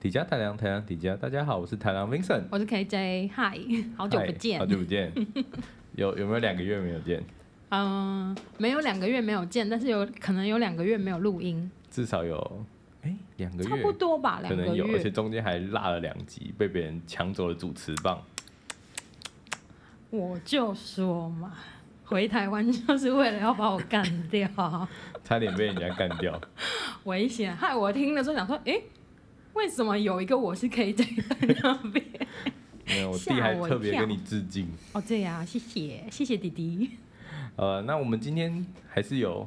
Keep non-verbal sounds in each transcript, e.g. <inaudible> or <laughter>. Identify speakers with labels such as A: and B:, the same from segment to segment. A: 体家太郎，太郎体家，大家好，我是太郎 Vincent，
B: 我是 KJ，嗨， <laughs> 好久不见
A: 嗨好，久不
B: <laughs>
A: 见，有有没有两个月没有见？
B: 嗯、没有两个月没有见，但是有可能有两个月没有录音，
A: 至少有哎两个
B: 差
A: 月，
B: 不多吧，
A: 可
B: 两个
A: 能有，而且
B: 月。
A: 中间还落了两集，被别人抢走了主持棒。
B: 我就说嘛，回台湾就是为了要把我干掉， <laughs>
A: 差点被人家干掉，
B: 危险！害我听了之后想说，诶，为什么有一个我是 KJ 在那 <laughs> 边？
A: 没有，我弟
B: 吓
A: 还
B: 我一
A: 特别
B: 跳
A: 跟你致敬。
B: 哦，对呀、谢谢，谢谢弟弟。
A: 呃，那我们今天还是有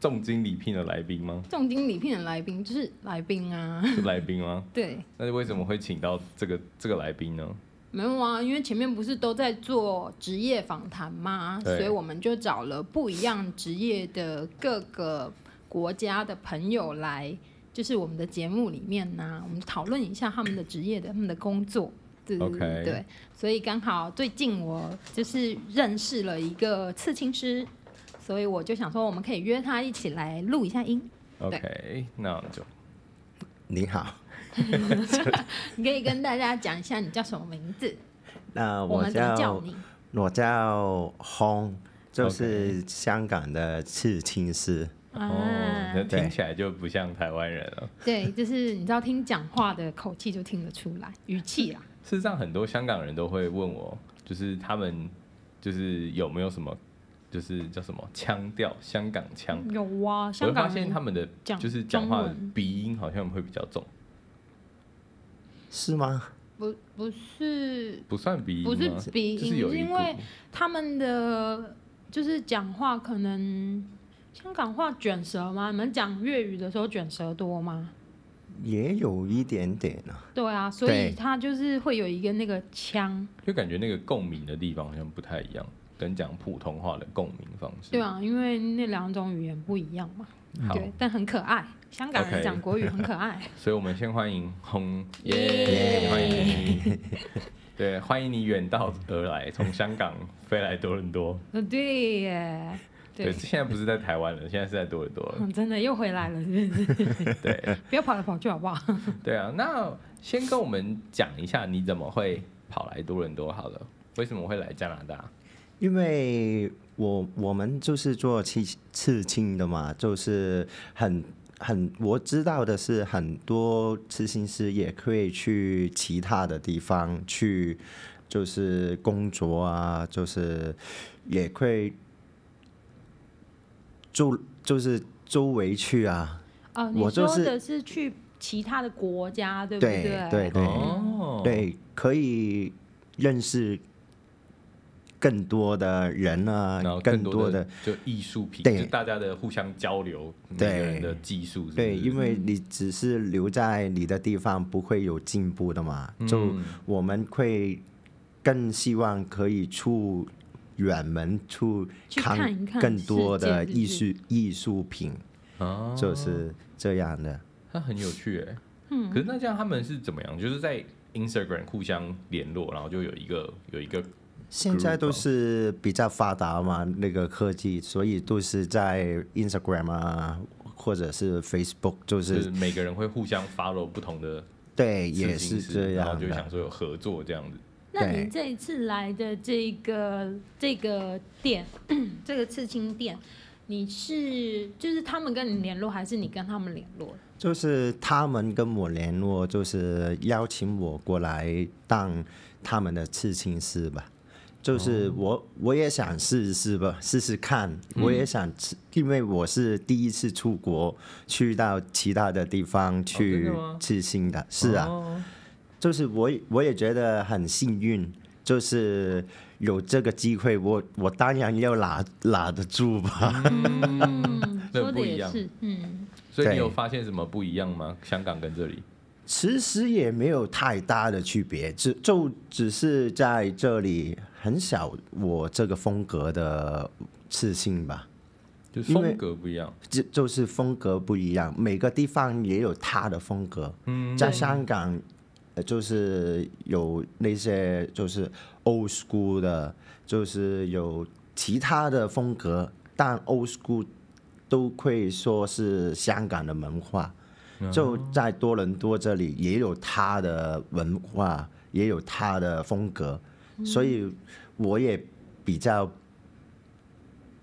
A: 重金礼聘的来宾吗？
B: 重金礼聘的来宾就是来宾啊，
A: 是来宾
B: <laughs>
A: 吗？
B: 对，
A: 那为什么会请到这个这个来宾呢？
B: 没有啊，因为前面不是都在做职业访谈嘛，
A: 对
B: 所以我们就找了不一样职业的各个国家的朋友来，就是我们的节目里面呢、我们讨论一下他们的职业的、他们的工作。对对
A: OK
B: 对对，所以刚好最近我就是认识了一个刺青师，所以我就想说，我们可以约他一起来录一下音。
A: OK，那我们就
C: 你好，
B: 你可以跟大家讲一下你叫什么名字，
C: 那
A: 哦
B: 我
C: 我
B: 们怎么叫
C: 叫
B: 你？
C: 我叫轰，就是香港的刺青师。
B: 啊
A: 哦，那
C: 对
A: 听起来就不像台湾人了。
B: 对，就是你知道听讲话的口气就听得出来，语气啊啦。
A: 事实上，很多香港人都会问我，就是他们就是有没有什么，就是叫什么腔调，香港腔。
B: 有啊，
A: 我
B: 香
A: 会发
B: 港
A: 现
B: 人
A: 他们的
B: 讲
A: 就是讲话
B: 中
A: 的
B: 文
A: 鼻音好像会比较重，
C: 是吗？
B: 不不是
A: 不算鼻音
B: 不是
A: 吗？
B: 鼻
A: 就是
B: 音，
A: 有一
B: 因
A: 股
B: 为他们的就是讲话可能香港话卷舌吗？你们讲粤语的时候卷舌多吗？
C: 也有一点点啊。
B: 对啊，所以
C: 对
B: 他就是会有一个那个腔，
A: 就感觉那个共鸣的地方好像不太一样，跟讲普通话的共鸣方式。
B: 对啊，因为那两种语言不一样嘛。
A: 好，
B: 对，但很可爱，香港
A: OK
B: 人讲国语很可爱。 <laughs>
A: 所以我们先欢迎红耶
B: 耶
A: 欢迎你， <laughs> 对，欢迎你远道而来，从香港飞来多伦多。
B: 呃，对耶，
A: 对，
B: 对，
A: 现在不是在台湾了，现在是在多伦多了。
B: 嗯 <laughs> 真的又回来了，是不是？
A: 对，
B: 不要跑来跑去好不好？ <laughs>
A: 对啊。那先跟我们讲一下，你怎么会跑来多伦多？好了，为什么会来加拿大？
C: 因为我我们就是做刺刺青的嘛，就是很很我知道的是，很多刺青师也可以去其他的地方去，就是工作啊，就是也可以周就是周围去啊，
B: 哦，你
C: 我就
B: 说
C: 是
B: 的是去其他的国家，对不
C: 对对对
A: 哦，，
C: 对，可以认识更多的人啊
A: 然后，
C: 更
A: 多
C: 的
A: 就艺术品，
C: 对
A: 就大家的互相交流，每个
C: 对
A: 人的技术是不是，
C: 对，因为你只是留在你的地方，不会有进步的嘛。就
A: 嗯
C: 我们会更希望可以出远门，出
B: 去看一看
C: 更
B: 世
C: 多
B: 界
C: 的
B: 是不
C: 艺
B: 是
C: 术艺术品，
A: 哦，
C: 就是这样的。
A: 它很有趣哎、嗯，可是那这样他们是怎么样？就是在 Instagram 互相联络，然后就有一个有一个
C: 现在
A: group
C: 都
A: 啊
C: 是比较发达嘛，那个科技，所以都是在
A: 嗯
C: Instagram 啊，或者是 Facebook，就
A: 就是是每个人会互相 follow 不同的
C: 对，也
A: 刺
C: 是
A: 青师
C: 这
A: 然
C: 样
A: 后就
C: 的
A: 想。说有合作这样子。
B: 那你
C: 对
B: 这一次来的这个这个店， <clears throat> 这个刺青店，你是就是他们跟你联络，还是你跟他们联络？
C: 就是他们跟我联络，就是邀请我过来当他们的刺青师吧。就是我、我也想试试吧，试试看。
A: 嗯
C: 我也想吃，因为我是第一次出国，去到其他的地方
A: 哦真
C: 去
A: 的吗
C: 刺青的。是啊，
A: 哦
C: 就是我也我也觉得很幸运，就是有这个机会，我我当然要拿拿得住吧。
B: 嗯，
A: 那
B: 说的
A: 不一
B: 也
A: 样
B: 是，嗯，
A: 所以你
C: 对
A: 有发现什么不一样吗？香港跟这里
C: 其实也没有太大的区别，只就只是在这里很少我这个风格的刺青吧，
A: 就是
C: 因为
A: 风格不一样，
C: 就就是风格不一样，每个地方也有它的风格。
A: 嗯，
C: 在香港，呃就是有那些就是 old school 的，就是有其他的风格，但 old school 都会说是香港的文化，就在多伦多这里也有它的文化，也有它的风格，所以我也比较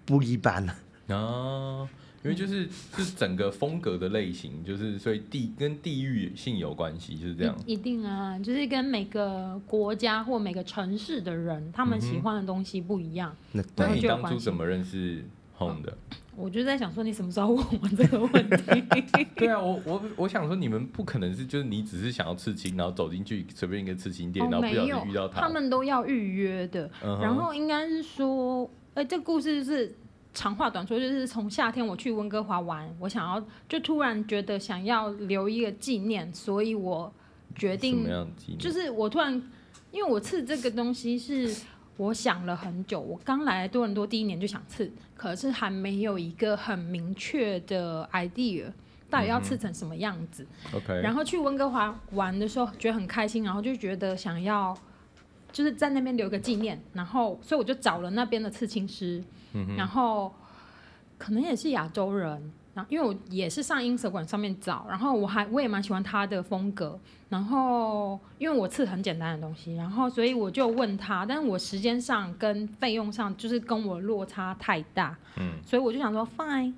C: 不一般。
A: 啊，因为就是就是整个风格的类型，就是所以地跟地域性有关系，就是这样。
B: 一一定啊，就是跟每个国家或每个城市的人，他们喜欢的东西不一样。
C: 那
A: 那
B: 对
A: 你
B: 就有
A: 当
B: 关
A: 初
B: 系啊
A: 怎么认识 Home 的？
B: 我就在想说，你什么时候问我这个问题？
A: 对啊，我我我想说，你们不可能是就是你只是想要刺青，然后走进去随便一个刺青店，然后
B: 哦，
A: 不
B: 没
A: 小
B: 有
A: 心遇到，
B: <laughs> 他们都要预约的。
A: 嗯哼
B: 然后应该是说，呃，这故事是长话短说，就是从夏天我去温哥华玩，我想要就突然觉得想要留一个纪念，所以我决
A: 什
B: 定
A: 么样的技能？
B: 就是我突然，因为我刺这个东西是我想了很久，我刚来多伦多第一年就想刺，可是还没有一个很明确的 idea，到底要
A: 嗯
B: 刺成什么样子。
A: OK，
B: 然后去温哥华玩的时候，觉得很开心，然后就觉得想要就是在那边留个纪念，然后所以我就找了那边的刺青师，
A: 嗯
B: 然后可能也是亚洲人。然后，因为我也是上 Instagram 上面找，然后我还我也蛮喜欢他的风格，然后因为我刺很简单的东西，然后所以我就问他，但是我时间上跟费用上就是跟我落差太大，
A: 嗯，
B: 所以我就想说 fine，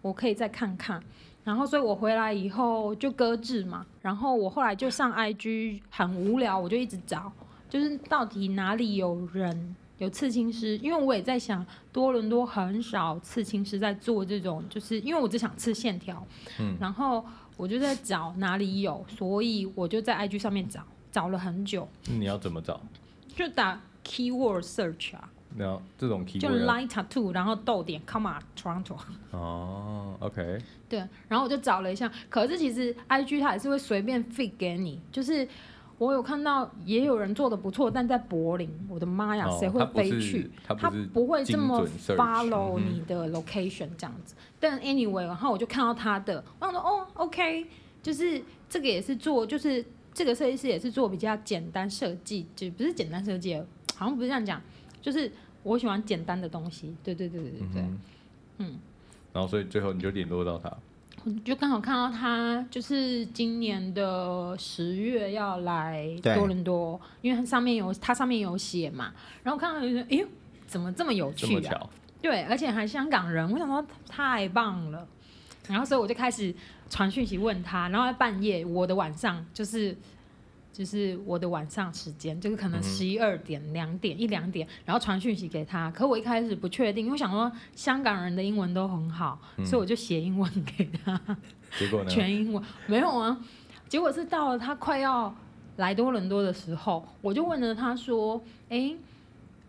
B: 我可以再看看。然后所以我回来以后就搁置嘛，然后我后来就上 IG 很无聊，我就一直找，就是到底哪里有人有刺青师，因为我也在想多伦多很少刺青师在做这种，就是因为我只想刺线条，
A: 嗯，
B: 然后我就在找哪里有，所以我就在 IG 上面找，找了很久，
A: 你要怎么找？
B: 就打 keyword search 啊，
A: 然后这种
B: 就
A: keyword 啊要
B: line tattoo，然后逗点 comma Toronto。
A: 哦，OK，
B: 对，然后我就找了一下，可是其实 I G 它还是会随便 fit 给你，就是我有看到也有人做的不错，但在柏林，我的妈哎呀，
A: 哦
B: 谁会
A: 它不
B: 飞
A: 是
B: 去？
A: 它不是
B: 不会这么
A: 精准 search，
B: follow
A: 嗯哼
B: 你的 location 这样子。但 anyway，然后我就看到他的，我想说哦，OK，就是这个也是做，就是这个设计师也是做比较简单设计，就不是简单设计，好像不是这样讲，就是我喜欢简单的东西。对对对对对
A: 嗯
B: 对。嗯
A: 哼，然后所以最后你就联络到他，
B: 我就刚好看到他，就是今年的十月要来
C: 对
B: 多伦多，因为它上面有它上面有写嘛，然后我看到有人，哎呦，怎么这么有
A: 这么
B: 趣啊？
A: 巧，
B: 对，而且还香港人，我想说太棒了。然后所以我就开始传讯息问他，然后在半夜我的晚上就是就是我的晚上时间，就是可能
A: 嗯
B: 十一二点、两点一两点，然后传讯息给他。可我一开始不确定，因为我想说香港人的英文都很好，
A: 嗯
B: 所以我就写英文给他。
A: 结果呢？
B: 全英文没有啊。结果是到了他快要来多伦多的时候，我就问了他说：“诶，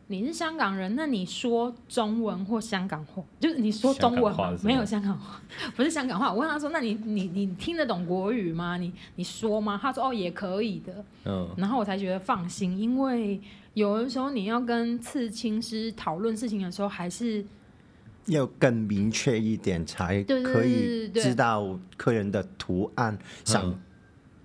B: 你是香港人，那你说中文或香港话，就是你说中文
A: 香港话
B: 吗
A: 是？吗
B: 没有香港话， <laughs> 不是香港话。”我问他说：“那你你你听得懂国语吗？你你说吗？”他说：“哦，也可以的。”
A: 嗯，
B: 然后我才觉得放心，因为有的时候你要跟刺青师讨论事情的时候，还是
C: 要更明确一点，才
B: 对对
C: 可
B: 对对
C: 以
B: 对
C: 知道客人的图案
A: 嗯
C: 想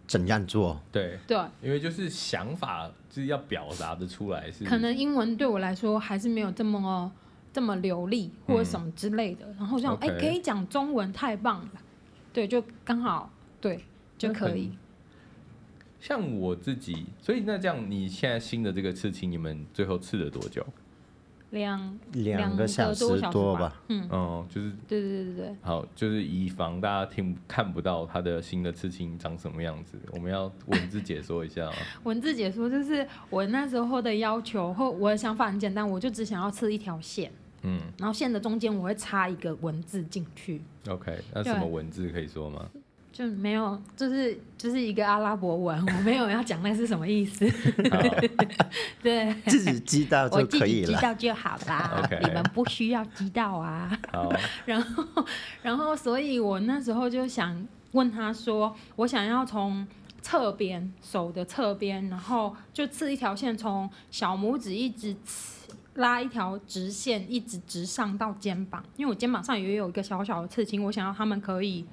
C: 怎样做。
A: 对，
B: 对啊
A: 因为就是想法就是要表达的出来是，
B: 可能英文对我来说还是没有这么这么流利或者什么之类的。然后我想，哎、
A: 嗯 OK
B: 可以讲中文，太棒了，对，就刚好对就可以。
A: 像我自己，所以那这样你现在新的这个刺青，你们最后刺了多久？
B: 两
C: 两
B: 个
C: 个小
B: 多
C: 时
B: 小
C: 多
B: 吧，
C: 吧，
B: 嗯，
A: 嗯，就是
B: 对对对对
A: 好，就是以防大家听看不到他的新的刺青长什么样子，我们要文字解说一下、哦。
B: <laughs> 文字解说就是我那时候的要求或我的想法很简单，我就只想要刺一条线，
A: 嗯
B: 然后线的中间我会插一个文字进去，
A: ，OK，那什么文字可以说
B: <laughs>
A: 吗？
B: 就没有，就是就是一个阿拉伯文，我没有要讲那是什么意思，
A: 好，
B: <laughs> 对。
C: 自己知道
B: <laughs> 我
C: 哦就
B: 自
C: 可以
B: 己知
C: 了。
B: 道就好
C: <laughs>
B: 啦
A: OK
B: 你们不需要知道啊。
A: 好，
B: 然后，然后，所以我那时候就想问他说，我想要从侧边手的侧边，然后就刺一条线，从小拇指一直刺拉一条直线，一直直上到肩膀，因为我肩膀上也有一个小小的刺青，我想要他们可以。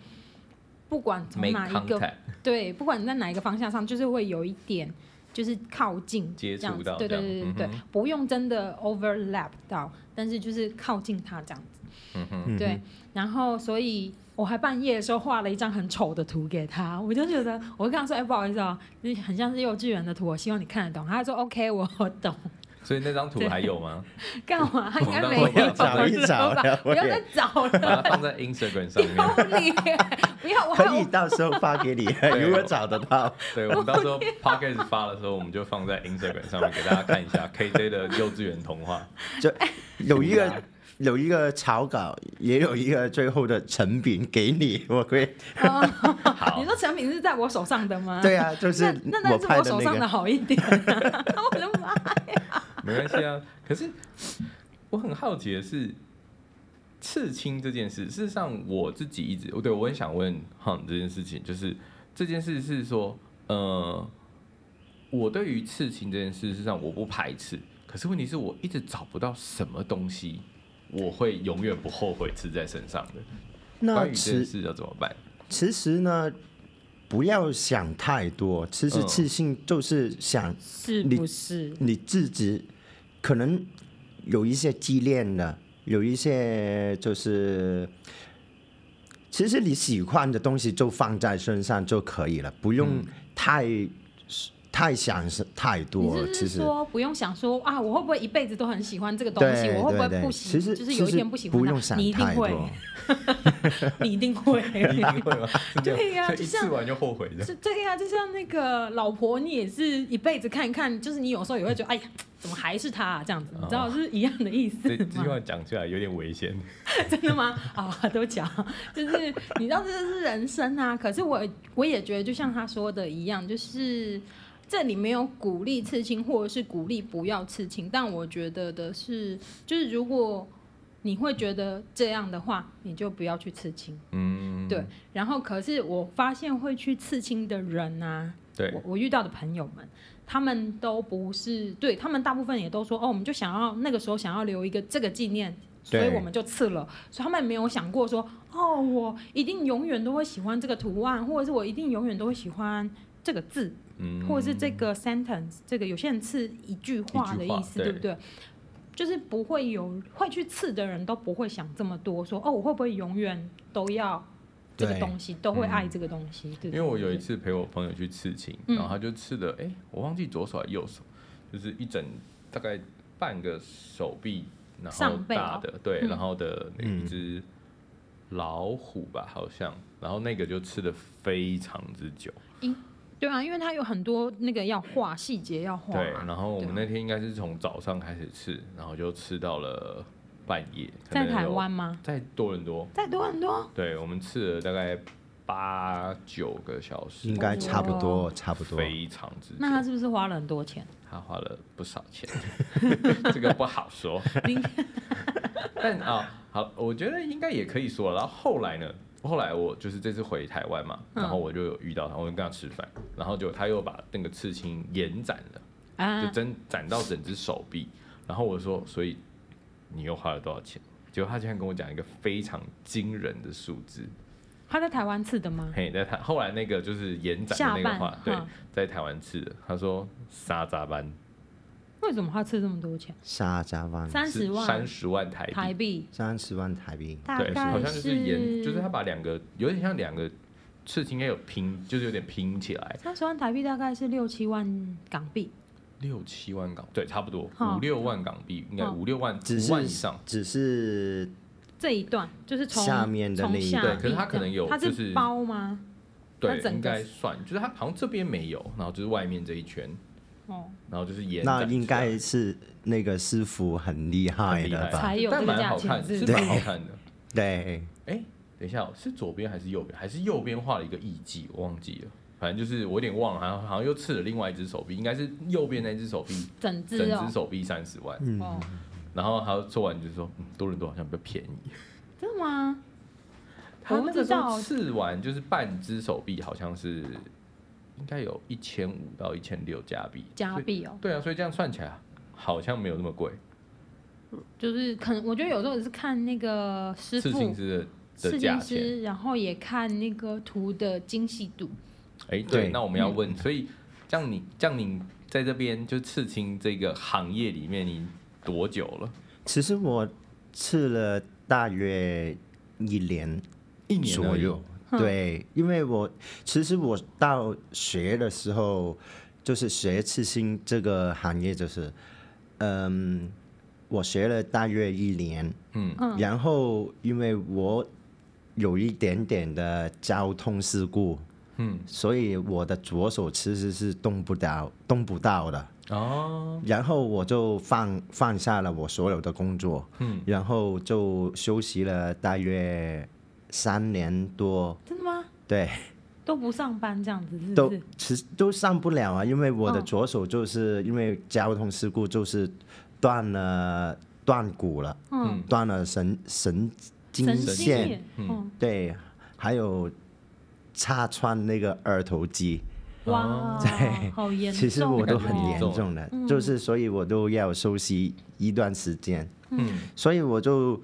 B: 不管从
A: Make
B: 哪一个
A: contact，
B: 对，不管你在哪一个方向上，就是会有一点就是靠近
A: 接触
B: 这样子
A: 到，
B: 对对
A: 这样
B: 对对对，
A: 嗯
B: 不用真的 overlap 到，但是就是靠近它这样子。
A: 嗯哼，
C: 嗯
B: 对，然后所以我还半夜的时候画了一张很丑的图给他，我就觉得我就跟他说，哎、不好意思啊、就是很像是幼稚园的图，我希望你看得懂。他说 OK，我懂。
A: 所以那张图还有吗？
B: 干嘛？他应该
A: 我
B: 没有
A: 要
C: 找一找
B: 了吧？
C: 了
B: <laughs> 不要再找
A: 把它
B: 了，
A: 放在 Instagram 上
B: 丢
A: 面。
B: 脸！不要，我还
C: <laughs> 可以到时候发给
A: <laughs>
C: 你，如果找得到。
A: 对，我们到时候 podcast 发的时候，我们就放在 Instagram 上面给大家看一下 KJ 的幼稚园童话。
C: 就有一个有一个草稿，也有一个最后的成品给你， <laughs> 我会
A: 好
B: 你，说成品是在我手上的吗？
C: 对啊，就是
B: 那那那是
C: 拍
B: 我
C: 的
B: 手
C: 那
B: 上的
C: 个，
B: 好一点、啊。 <laughs> 我的妈！
A: 没关系啊。可是我很好奇的是，刺青这件事，事实上我自己一直，对我很想问 Hun 这件事情，就是这件事是说，呃，我对于刺青这件事，事实上我不排斥，可是问题是我一直找不到什么东西。我会永远不后悔刺在身上的。关
C: 那
A: 于这件
C: 其
A: 事要怎么办？
C: 其实呢。不要想太多，其实
A: 嗯
C: 自信就是想
B: 是
C: 你
B: 不是？
C: 你自己可能有一些纪念的，有一些就是，其实你喜欢的东西就放在身上就可以了，不用太、太想是太
B: 你
C: 多。
B: 是
C: 其
B: 不是
C: 实
B: 说不用想说啊，我会不会一辈子都很喜欢这个东西？
C: 对
B: 我会不
C: 对
B: 会
C: 对
B: 不喜？
C: 其实
B: 就是有一
C: 其实
B: 天不喜欢
C: 不
B: 它
C: 用想
B: 你一定
C: 太
B: 会，哦
C: 多
B: 你一定
C: <laughs>
B: 会， <laughs> 对呀
A: 所以
B: 就
A: 一
B: 像
A: 刺完就后悔的。
B: <laughs> 这对呀、就像那个老婆，你也是一辈子看一看，就是你有时候也会觉得，哎呀，怎么还是他、啊、这样子？你知
C: 哦
B: 道是一样的意思
A: 这这句
B: 吗？
A: 话讲出来有点危险。
B: 真的吗？啊、都讲，就是你知道这就是人生啊。可是我我也觉得，就像他说的一样，就是这里没有鼓励刺青，或者是鼓励不要刺青。但我觉得的是，就是如果你会觉得这样的话，你就不要去刺青。
A: 嗯，
B: 对，然后可是我发现会去刺青的人啊，
A: 对
B: 我，我遇到的朋友们，他们都不是对他们大部分也都说哦，我们就想要那个时候想要留一个这个纪念，所以
C: 对
B: 我们就刺了，所以他们没有想过说哦，我一定永远都会喜欢这个图案，或者是我一定永远都会喜欢这个字，
A: 嗯
B: 或者是这个 sentence，这个有些人刺一句话的
A: 一句话
B: 意思，
A: 对
B: 对不对？就是不会有会去刺的人都不会想这么多，说哦，我会不会永远都要这个
C: 对
B: 东西，都会爱
A: 嗯
B: 这个东西？对不对
A: 因为我有一次陪我朋友去刺青，
B: 嗯
A: 然后他就刺的，哎、我忘记左手还是右手，就是一整大概半个手臂，然后
B: 上背哦
A: 大的，对，
B: 嗯
A: 然后的那
C: 嗯
A: 一只老虎吧，好像，然后那个就刺的非常之久，
B: 对啊，因为它有很多那个要画细节要画、
A: 对，然后我们
B: 对
A: 那天应该是从早上开始刺，然后就刺到了半夜，可
B: 在
A: 能
B: 台
A: 有
B: 湾，吗？
A: 在多伦多，
B: 在多很多，
A: 对，我们刺了大概八九个小时，
C: 应该差不多，差不多。
A: 非常之久。
B: 那他是不是花了很多钱？
A: 他花了不少钱， <laughs> 这个不好
B: <laughs>
A: 说。 <laughs> 但啊、好，我觉得应该也可以说。然后后来呢？后来我就是这次回台湾嘛，
B: 嗯
A: 然后我就有遇到他，我就跟他吃饭，然后就他又把那个刺青延展了，就
B: 啊，
A: 真展到整只手臂。然后我说，所以你又花了多少钱？结果他竟然跟我讲一个非常惊人的数字，
B: 他在台湾刺的吗？
A: 嘿，在台后来那个就是延展的那个
B: 下
A: 话
B: 半，
A: 对
B: 嗯，
A: 在台湾吃的，他说沙扎班
B: 为什么他刺这么多钱？
C: 沙加万
B: 三十
A: 嗯三
B: 万
A: 十万台币，
B: 台币，
C: 三十万台币，
B: 大
A: 对，
B: 概
A: 好像就是延，就是他把两个有点像两个刺青，应该有拼，就是有点拼起来，
B: 三十万台币大概是六七万港币，
A: 六七万港，对，差不多
B: 哦
A: 五六万港币，应该
B: 哦
A: 五六万
C: 只
A: 五万以
C: 是
A: 上，
C: 只是
B: 这一段就是从
C: 下面的那
B: 从
C: 一
B: 下
A: 段
B: 臂
A: 对可是他
B: 这样
A: 可能有
B: 他
A: 就是
B: 是包吗？
A: 对
B: 那，整个
A: 应该算，就是他好像这边没有，然后就是外面这一圈，
B: 哦，
A: 然后就是延展出
C: 那
A: 来，
C: 应该是那个师傅很厉害
A: 很厉
C: 的
A: 害
C: 吧？
B: 才有
A: 但
B: 这个
A: 蛮
B: 价
A: 好
B: 钱
A: 看，
B: 是
A: 是
B: 不
A: 蛮
B: 是
A: 好看的。
C: 对，
A: 哎，等一下哦，是左边还是右边？还是右边画了一个艺记？我忘记了，反正就是我有点忘了，好像好像又刺了另外一只手臂，应该是右边那只手臂，
B: 整
A: 整
B: 只哦
A: 只，手臂三十万。
C: 嗯，
B: 哦，
A: 然后他做完就说，嗯，多伦多好像比较便宜。
B: 真的吗？
A: 他
B: 我不
A: 那个
B: 知
A: 时
B: 道
A: 候刺完就是半只手臂，好像是应该有一千五到一千六加币。
B: 加
A: 所以
B: 币哦，
A: 对啊，所以这样算起来好像没有那么贵。
B: 就是可能我觉得有时候也是看那个师
A: 刺
B: 傅
A: 青师的
B: 刺
A: 的价
B: 青
A: 钱，
B: 师，然后也看那个图的精细度。
A: 哎，
C: 对嗯
A: 对，那我们要问，所以这样你这样你在这边就刺青这个行业里面，你多久了？
C: 其实我吃了大约一年
A: 一
C: 左右，
B: 嗯
C: 对，因为我其实我到学的时候，就是学刺青这个行业，就是，嗯，我学了大约一年，
A: 嗯
B: 嗯
C: 然后因为我有一点点的交通事故，
A: 嗯
C: 所以我的左手其实是动不到、动不到的。
A: 哦
C: 然后我就放放下了我所有的工作，
A: 嗯，
C: 然后就休息了大约三年多，
B: 真的吗？
C: 对，
B: 都不上班这样子是不
C: 都
B: 是？
C: 其实都上不了啊，因为我的
B: 哦
C: 左手就是、因为交通事故就是断了断骨了，
B: 嗯，
C: 断了神神经
B: 神经
C: 线，
B: 线，嗯，
C: 对，还有插穿那个二头肌，
B: 哇，
C: 对
B: 好严重哦。
C: <laughs> 其实我都很
A: 感觉
C: 严重的，就是所以我都要休息一段时间。
A: 嗯，
C: 所以我就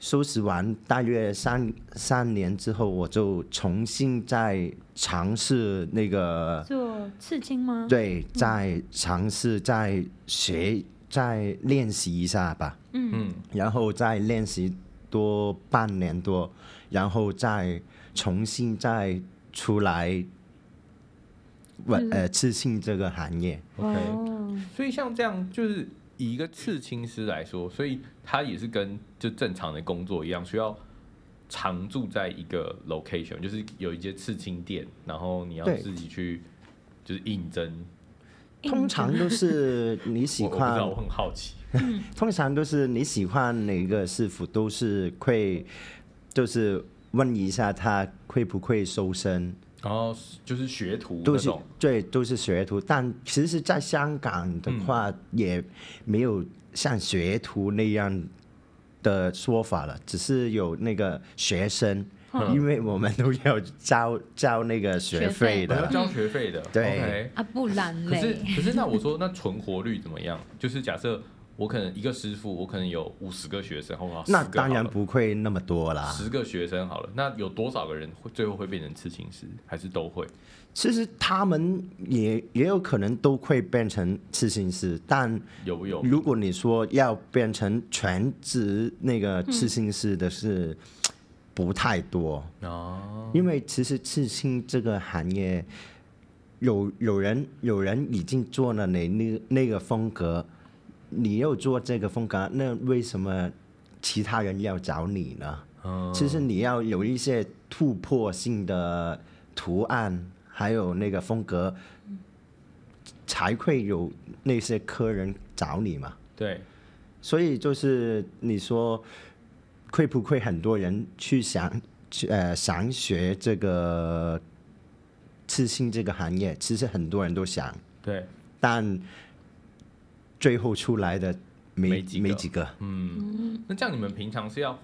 C: 收拾完大约三三年之后，我就重新再尝试那个，
B: 做刺青吗？，
C: 对，再尝试再学再练习一下吧，
A: 嗯，
C: 然后再练习多半年多，然后再重新再出来。我呃，
A: 嗯
C: 自信这个行业，
A: OK，
B: 哦，
A: 所以像这样就是以一个刺青师来说，所以他也是跟就正常的工作一样，需要常住在一个 location，就是有一些刺青店，然后你要
C: 对
A: 自己去就是应征。
C: 通常都是你
A: <laughs>
C: 喜
A: 我我不知
C: 欢
A: 道，我很好奇。
C: 通常都是你喜欢哪个师傅，都是会就是问一下他会不会收身，
A: 然后哦就是学徒
C: 都
A: 那
C: 是
A: 种，
C: 对，都是学徒。但其实，在香港的话，也没有像学徒那样的说法了，只是有那个学生，
A: 嗯
C: 因为我们都要交交那个学费
A: 我要
C: 的。
A: 交学费的。
C: 对
A: OK
B: 啊，不然
A: 可是
B: 嘞，
A: 可是那我说那存活率怎么样？就是假设我可能一个师傅，我可能有五十个学生，或者
C: 那当然不会那么多啦。
A: 十个学生好了，那有多少个人会最后会变成刺青师，还是都会？
C: 其实他们也也有可能都会变成刺青师，但
A: 有不有？
C: 如果你说要变成全职那个刺青师的是不太多，
A: 哦，
C: 因为其实刺青这个行业有有人有人已经做了你那那个风格，你又做这个风格，那为什么其他人要找你呢？
A: 嗯
C: 其实你要有一些突破性的图案，还有那个风格，才会有那些客人找你嘛。
A: 对，
C: 所以就是你说，会不会很多人去想去呃想学这个呃刺青这个行业？其实很多人都想，
A: 对，
C: 但最后出来的没
A: 没几个
C: 没几个。
A: 嗯，那这样你们平常是要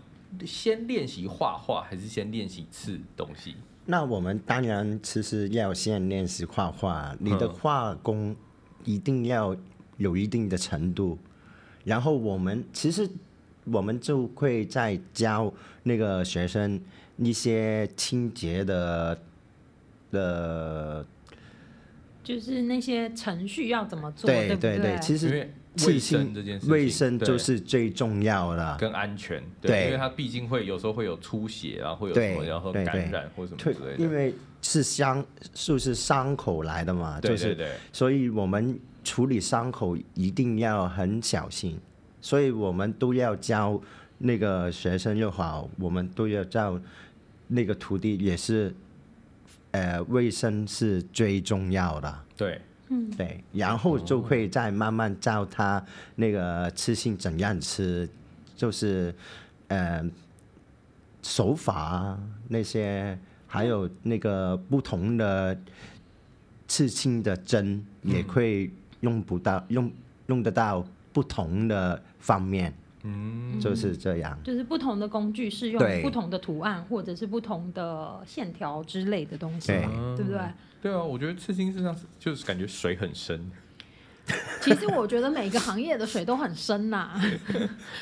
A: 先练习画画，还是先练习刺东西？
C: 那我们当然其实要先练习画画，你的
A: 嗯
C: 画工一定要有一定的程度，然后我们其实我们就会在教那个学生一些清洁的的，
B: 就是那些程序要怎么做，
C: 对
B: 不对
C: 对，其
A: 因
C: 实
A: 为
C: 刺
A: 卫
C: 青
A: 生这件事情，
C: 卫生
A: 对
C: 就是最重要的，
A: 跟安全，
C: 对
A: 因为它毕竟会有时候会有出血啊，会有
C: 对
A: 什么，然后
C: 对对
A: 感染或什么之
C: 对
A: 类
C: 因
A: 的。
C: 为是伤就是伤口来的嘛，
A: 对
C: 就
A: 对
C: 是
A: 对，
C: 所以我们处理伤口一定要很小心，所以我们都要教那个学生又好，我们都要教那个徒弟也是，呃，卫生是最重要的，
A: 对，
C: 对，然后就会再慢慢教他那个吃性怎样吃，就是，呃，手法啊那些，还有那个不同的刺青的针也会用不到，用用得到不同的方面，
A: 嗯，
C: 就是这样。
B: 就是不同的工具是用
C: 对
B: 不同的图案或者是不同的线条之类的东西
C: 对
A: 嗯
B: 嘛，对不对？ <laughs>
A: 对啊，我觉得刺青身上就是感觉水很深，
B: 其实我觉得每个行业的水都很深呐、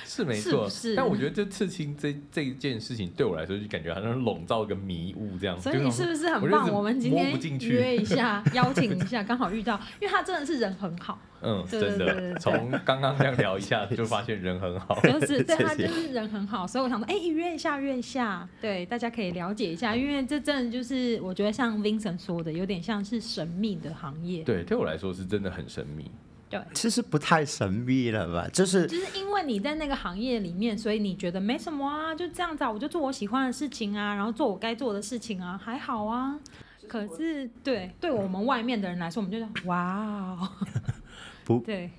A: 是没
B: 是
A: 错
B: 不。是
A: 但我觉得这刺青这这件事情对我来说，就感觉好像笼罩一个迷雾这样。
B: 所以
A: 就
B: 你
A: 想
B: 是
A: 说
B: 不是
A: 哦啊我
B: 很
A: 就一
B: 棒？
A: 直
B: 我们
A: 摸
B: 今
A: 不进
B: 天
A: 去
B: 约
A: <laughs>
B: 一下，邀请一下，刚好遇到，因为他真的是人很好，
A: 嗯，
B: 对
A: 真
B: 对对对
A: 的，
B: 对
A: 从刚刚这样聊一下，就发现人很
B: <laughs>
A: 好。
B: 就是对他
C: 谢
B: 就
C: 谢
B: 是人很好，所以我想说，哎、约一下，约一下，对，大家可以了解一
A: 嗯
B: 下，因为这真的就是我觉得像 Vincent 说的，有点像是神秘的行业，
A: 对，对我来说是真的很神秘。
B: 对，
C: 其实不太神秘了吧？就是
B: 就是因为你在那个行业里面，所以你觉得没什么啊，就这样子啊，我就做我喜欢的事情啊，然后做我该做的事情啊，还好啊。可是对对我们外面的人来说，我们就觉得哇
A: <laughs>
B: 哦，
C: 不
B: 对，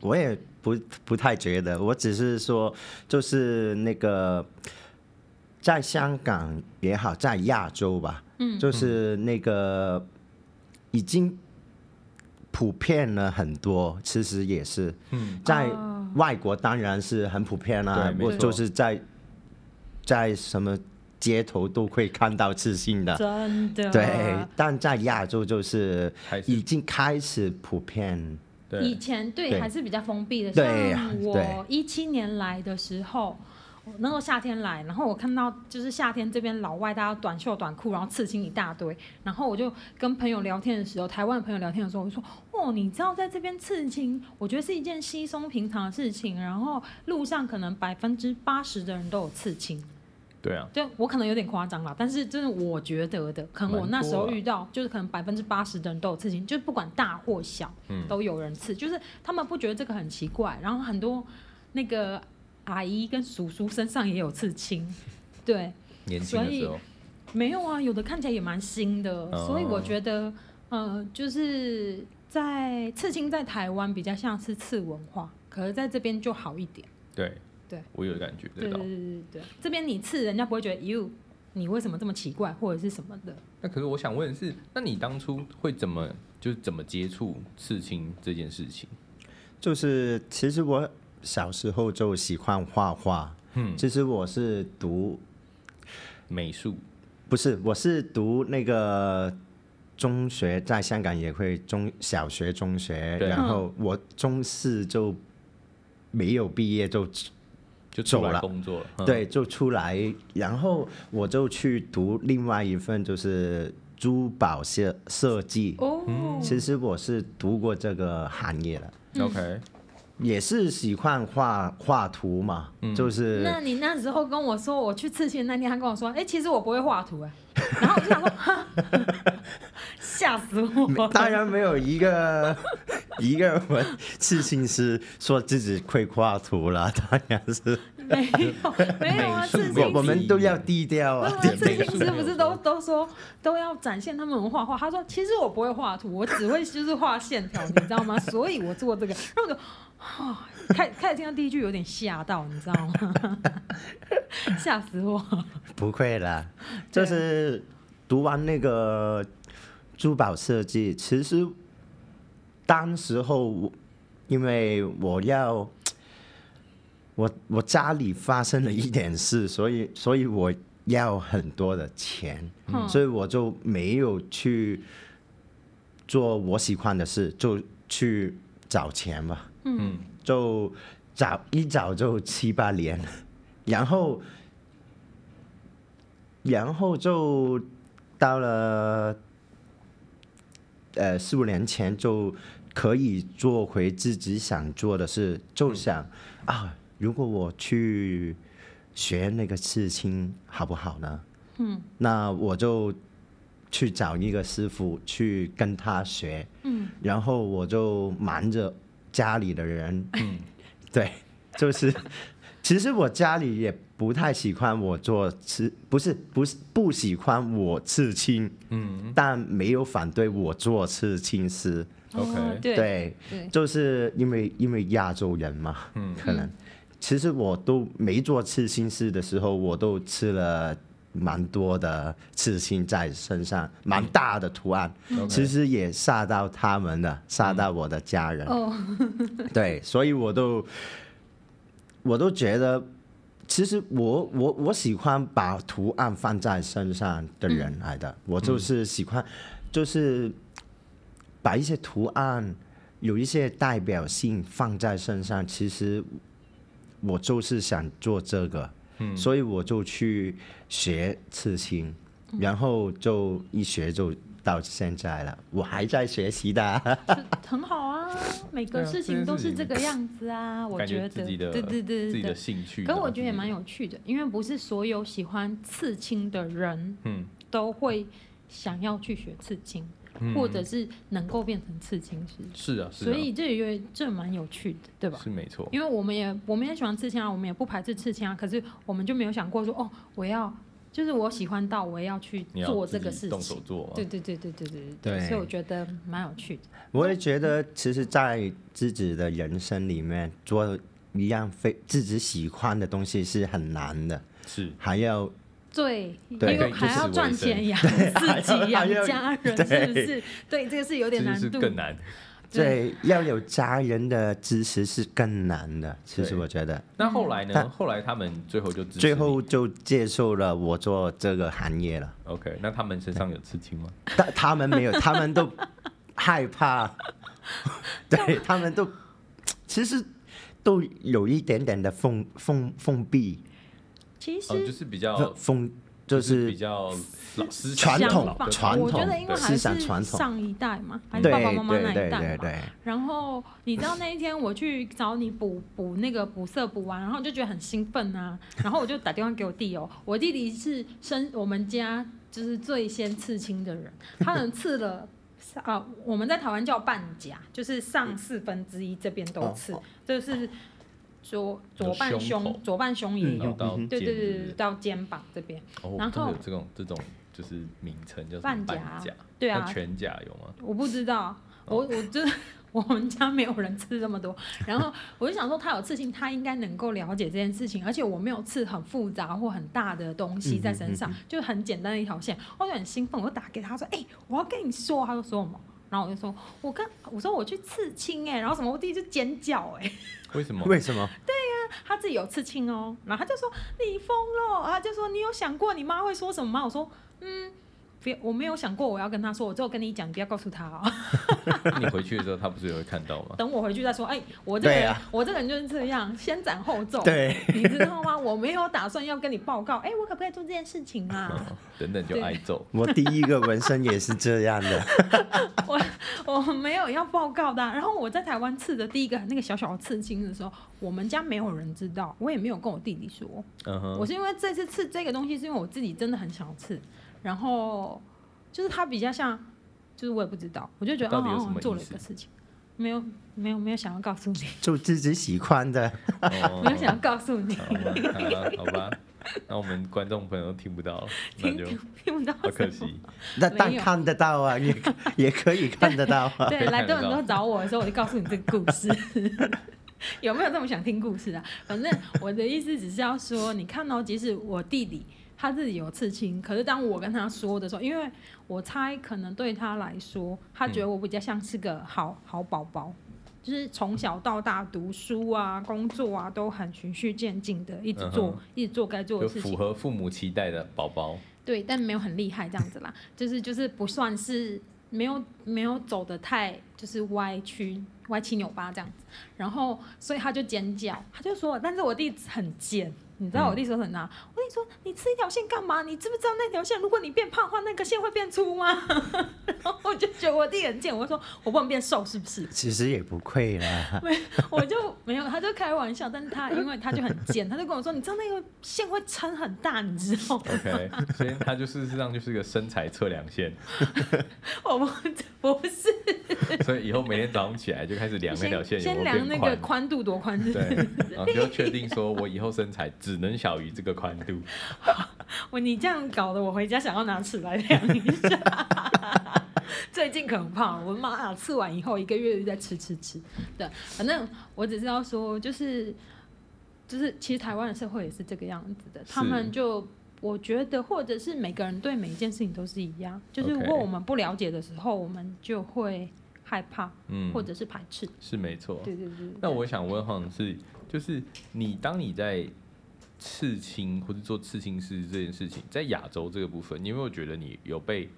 C: 我也不不太觉得，我只是说，就是那个在香港也好，在亚洲吧，
B: 嗯
C: 就是那个已经普遍了很多，其实也是
A: 嗯，
C: 在
B: 哦
C: 外国当然是很普遍啦、
A: 对没
C: 我
A: 错
C: 就是在在什么街头都会看到自信的，
B: 真的
C: 对，但在亚洲就是
A: 还是
C: 已经开始普遍。
B: 以
A: 对，啊
B: 前对
C: 对
B: 还是比较封闭的，
C: 对
B: 像我
C: 对
B: 一七年来的时候，我那时候夏天来，然后我看到就是夏天这边老外大家短袖短裤，然后刺青一大堆，然后我就跟朋友聊天的时候，台湾的朋友聊天的时候，我就说哦，你知道在这边刺青，我觉得是一件稀松平常的事情，然后路上可能百分之八十的人都有刺青，
A: 对啊，
B: 对我可能有点夸张啦，但是真的我觉得的，可能我那时候遇到，就是可能百分之八十的人都有刺青，就是不管大或小，
A: 嗯
B: 都有人刺，就是他们不觉得这个很奇怪。然后很多那个阿姨跟叔叔身上也有刺青，对，
A: 年轻的时候，
B: 没有啊，有的看起来也蛮新的，
A: 哦
B: 所以我觉得，呃，就是在刺青在台湾比较像是刺文化，可是在这边就好一点。
A: 对，
B: 对，
A: 我有感觉
B: 对
A: 得
B: 对
A: 到。
B: 对对对，这边你刺人家不会觉得 you 你为什么这么奇怪或者是什么的。
A: 那可是我想问的是，那你当初会怎么就是怎么接触刺青这件事情？
C: 就是其实我小时候就喜欢画画，
A: 嗯，
C: 其实我是读
A: 美术，
C: 不是我是读那个中学，在香港也会中小学、中学，
A: 对
C: 然后我中四就没有毕业就
A: 就出
C: 走
A: 来
C: 了
A: 工作了。嗯，
C: 对，就出来，然后我就去读另外一份就是珠宝设设计。
B: 哦，
A: 嗯
C: 其实我是读过这个行业的，
A: OK，
C: 也是喜欢画画图嘛，
A: 嗯
C: 就是
B: 那你那时候跟我说我去刺青那天，他跟我说，哎、其实我不会画图哎、 <laughs> 然后我就想说，哈吓死 <laughs> 我！
C: 当然没有一个 <laughs> 一个文刺青师说自己会画图啦，当然是
B: 没有没有啊，
A: 美术
B: 刺青
C: 我
A: 没
C: 我们都要低调
B: 对 <laughs>
C: 啊
B: 啊，，
A: 对
B: 刺
A: 美
B: 青
A: 术
B: 师
A: 没
B: 不
A: 有
B: 是
A: 说
B: 都都说都要展现他们画画？他说其实我不会画图，我只会就是画线条，你知道吗？所以我做这个。然后我就，哦，开开始听到第一句有点吓到，你知道吗？ <laughs> 吓死我！
C: <laughs> 不会啦，
B: 对
C: 就是读完那个珠宝设计，其实当时候我因为我要。我我家里发生了一点事，所以所以我要很多的钱，
B: 嗯
C: 所以我就没有去做我喜欢的事，就去找钱嘛。
A: 嗯，
C: 就找一找就七八年，然后然后就到了呃四五年前就可以做回自己想做的事，就想、啊，如果我去学那个刺青好不好呢？嗯，那我就去找一个师傅去跟他学，
B: 嗯，
C: 然后我就瞒着家里的人，嗯， <laughs> 对，就是，其实我家里也不太喜欢我做刺，不是不是不喜欢我刺青，嗯，但没有反对我做刺青师，
A: OK
B: 哦对
C: 对，
B: 对
C: 就是因为因为亚洲人嘛，嗯，可能其实我都没做刺青师的时候，我都吃了。蛮多的刺青在身上，蛮大的图案，
B: 嗯
A: OK
C: 其实也吓到他们了，吓到我的家人。
B: 哦，
C: <laughs> 对，所以我都我都觉得，其实我我我喜欢把图案放在身上的人来的，我就是喜欢，就是把一些图案有一些代表性放在身上，其实我就是想做这个，嗯、所以我就去学刺青，然后就一学就到现在了，我还在学习的 <laughs> 啊。
B: <laughs> 很好啊，每
A: 对
B: 个
A: 啊
B: 事
A: 这件
B: 情都
A: 事
B: 是
A: 情
B: 这个样
A: <laughs>
B: 子啊，我
A: 感
B: 觉
A: 觉
B: 得，
A: 自己的
B: 对对对
A: 自己
B: 对
A: 的
B: 对。
A: 兴趣，
B: 可我觉得也蛮，有趣的，因为不是所有喜欢刺青的人
A: 嗯
B: 都会想要去学刺青，
A: 嗯，
B: 或者是能够变成刺青师，
A: 是啊，是啊
B: 所以这也这蛮有趣的，对吧？
A: 是哦没错，
B: 因为我们也我们也喜欢刺青啊，我们也不排斥刺青啊，可是我们就没有想过说哦，我要就是我喜欢到我也要去
A: 你要
B: 做
A: 自
B: 这个
A: 己
B: 事
A: 动手
B: 情。
A: 做嘛，啊
B: 对对对对对对
C: 对
B: 所以我觉得蛮有趣的。
C: 我也觉得，其实，在自己的人生里面做一样非自己喜欢的东西是很难的，
A: 是
C: 还要
B: 对，
C: 对
B: 因为
A: 对
B: 还要
A: 以此为
B: 赚
A: 生
B: 钱养自己、
C: 还要
B: 养家人，是不是？对，这个是有
A: 这
B: 点
A: 就是
B: 难度。
A: 更难。
B: 对
C: 对要有家人的支持是更难的。其实
A: 对
C: 我觉得，
A: 那后来呢？
C: 但
A: 后来他们最后就支持
C: 嗯最
A: 你
C: 后就接受了我做这个行业了。
A: OK，那他们身上有刺青吗？
C: 但他们没有，他们都害怕， <laughs> 对他们都其实都有一点点的封封封闭，
B: 其实、
A: 哦，就是比较
C: 封就
A: 就是
C: 是
A: 比较老思
C: 传
A: 想
C: 统
A: 老
B: 法
A: 的
C: 传
B: 我觉
C: 统
B: 得因为
C: 对
B: 还
C: 思
B: 是
C: 想传统
B: 上一代嘛，还是
C: 对
B: 爸爸妈妈那
C: 对
B: 一
C: 对
B: 代
C: 对
B: 嘛。
C: 对， <laughs>
B: 然后你知道那一天我去找你补补那个补色补完，然后就觉得很兴奋啊，然后我就打电话给我弟哦，我弟弟是生我们家就是最先刺青的人，他能刺了。啊，我们在台湾叫半甲，就是上四分之一这边都
C: 哦
B: 刺，
C: 哦
B: 就是左左
A: 有
B: 半
A: 胸口哦
B: 胸左半胸也
C: 嗯
A: 到
B: 有，
A: 到
B: 对对对对，
A: 对，
B: 到肩膀这边，
A: 哦，真
B: 然
A: 的
B: 后
A: 有这种这种就是名称叫什么
B: 半
A: 半
B: 甲
A: 甲，
B: 对啊
A: 那，全甲有吗？
B: 我不知道，我我就 <laughs> 我们家没有人吃这么多，然后我就想说他有刺青，他应该能够了解这件事情，而且我没有刺很复杂或很大的东西在身上，就很简单的一条线，我就很兴奋，我就打给他说，哎、我要跟你说，他就说什么？然后我就说，我跟我说我去刺青哎、然后什么，我弟就尖叫哎、
A: 为什么？
C: 为什么？
B: 他自己有刺青哦，然后他就说你疯了，他就说你有想过你妈会说什么吗？我说嗯，别我没有想过我要跟她说，我只有跟你讲，你不要告诉她哦。
A: 那你回去的时候，他不是也会看到吗？
B: 等我回去再说。哎、我这个
C: 对
B: 人、
C: 啊
B: 我这个人就是这样，先斩后奏。，
C: 对，
B: 你知道吗？ <laughs> 我没有打算要跟你报告。哎、我可不可以做这件事情
A: <laughs>
B: 啊？
A: 嗯等等就挨揍。
C: 我第一个纹身也是这样的， <laughs>
B: 我我没有要报告的啊、然后我在台湾刺的第一个那个小小的刺青的时候，我们家没有人知道，我也没有跟我弟弟说。
A: 嗯
B: 我
A: 哼，
B: 是因为这次刺这个东西，是因为我自己真的很想刺，然后就是它比较像，就是我也不知道，我就觉得
A: 到
B: 哦，
A: 底有
B: 好
A: 什么
B: 像做了
A: 意
B: 一
A: 思
B: 个事情，没有没有没有想要告诉你，
C: 就自己喜欢的，
A: 哦
B: <laughs> 没有想要告诉你。
A: 好吧，
B: <laughs>
A: 好吧，那我们观众朋友听不到， <laughs> 那
B: 听
A: 就
B: 听听不到，
A: 好可。
B: <laughs>
A: 惜。
C: 那
B: 没
C: 但
B: 有
C: 看得到啊， <laughs> 也也可以看得到
B: <laughs>
C: 啊。
B: 对，
A: 可以
B: 来
A: 看得
B: 多伦
A: 到
B: 多找我的时候，我就告诉你这个故事。 <laughs> 有没有这么想听故事啊？反正我的意思只是要说，你看到、即使我弟弟他自己有刺青，可是当我跟他说的时候，因为我猜可能对他来说，他
A: 嗯
B: 觉得我比较像是个好好宝宝，就是从小到大读书啊、工作啊都很循序渐进的，一直做、
A: 嗯哼
B: 一直做该做
A: 就
B: 的事情
A: 符。合父母期待的宝宝，
B: 对，但没有很厉害这样子啦，就是就是不算是没有没有走的太就是歪曲歪七扭八这样子，然后所以他就尖叫，他就说，但是我弟很贱。你知道我弟说什么吗？我弟说：“你吃一条线干嘛？你知不知道那条线，如果你变胖的话，那个线会变粗吗？” <laughs> 然后我就觉得我弟很贱，我就说：“我不能变瘦，是不是？”
C: 其实也不愧啦，
B: 我就没有，他就开玩笑，但是他因为他就很贱，他就跟我说：“你知道那个线会撑很大，你知道吗 <laughs>
A: OK，所以他就事实上就是个身材测量线，
B: 我不 <laughs> 不是，
A: 所以以后每天早上起来就开始量那条线有
B: 先
A: 没有
B: 量那
A: 变
B: 个
A: 宽。
B: 宽度多宽是不
A: 对
B: 是？，
A: 然后就确定说我以后身材只能小于这个宽度。
B: <laughs> 我你这样搞得我回家想要拿尺来量一下。 <laughs> 最近可能胖了，我妈啊，吃完以后一个月就在吃吃吃。对，反正我只知道说，就是就是，其实台湾的社会也是这个样子的，他
A: 是
B: 们就。我觉得，或者是每个人对每一件事情都是一样，就是如
A: OK
B: 果我们不了解的时候，我们就会害怕，
A: 嗯，
B: 或者是排斥。
A: 是没错。
B: 对对对嗯对。
A: 那我想问哈是，就是你当你在刺青或者做刺青师这件事情，在亚洲这个部分，你有没有觉得你有被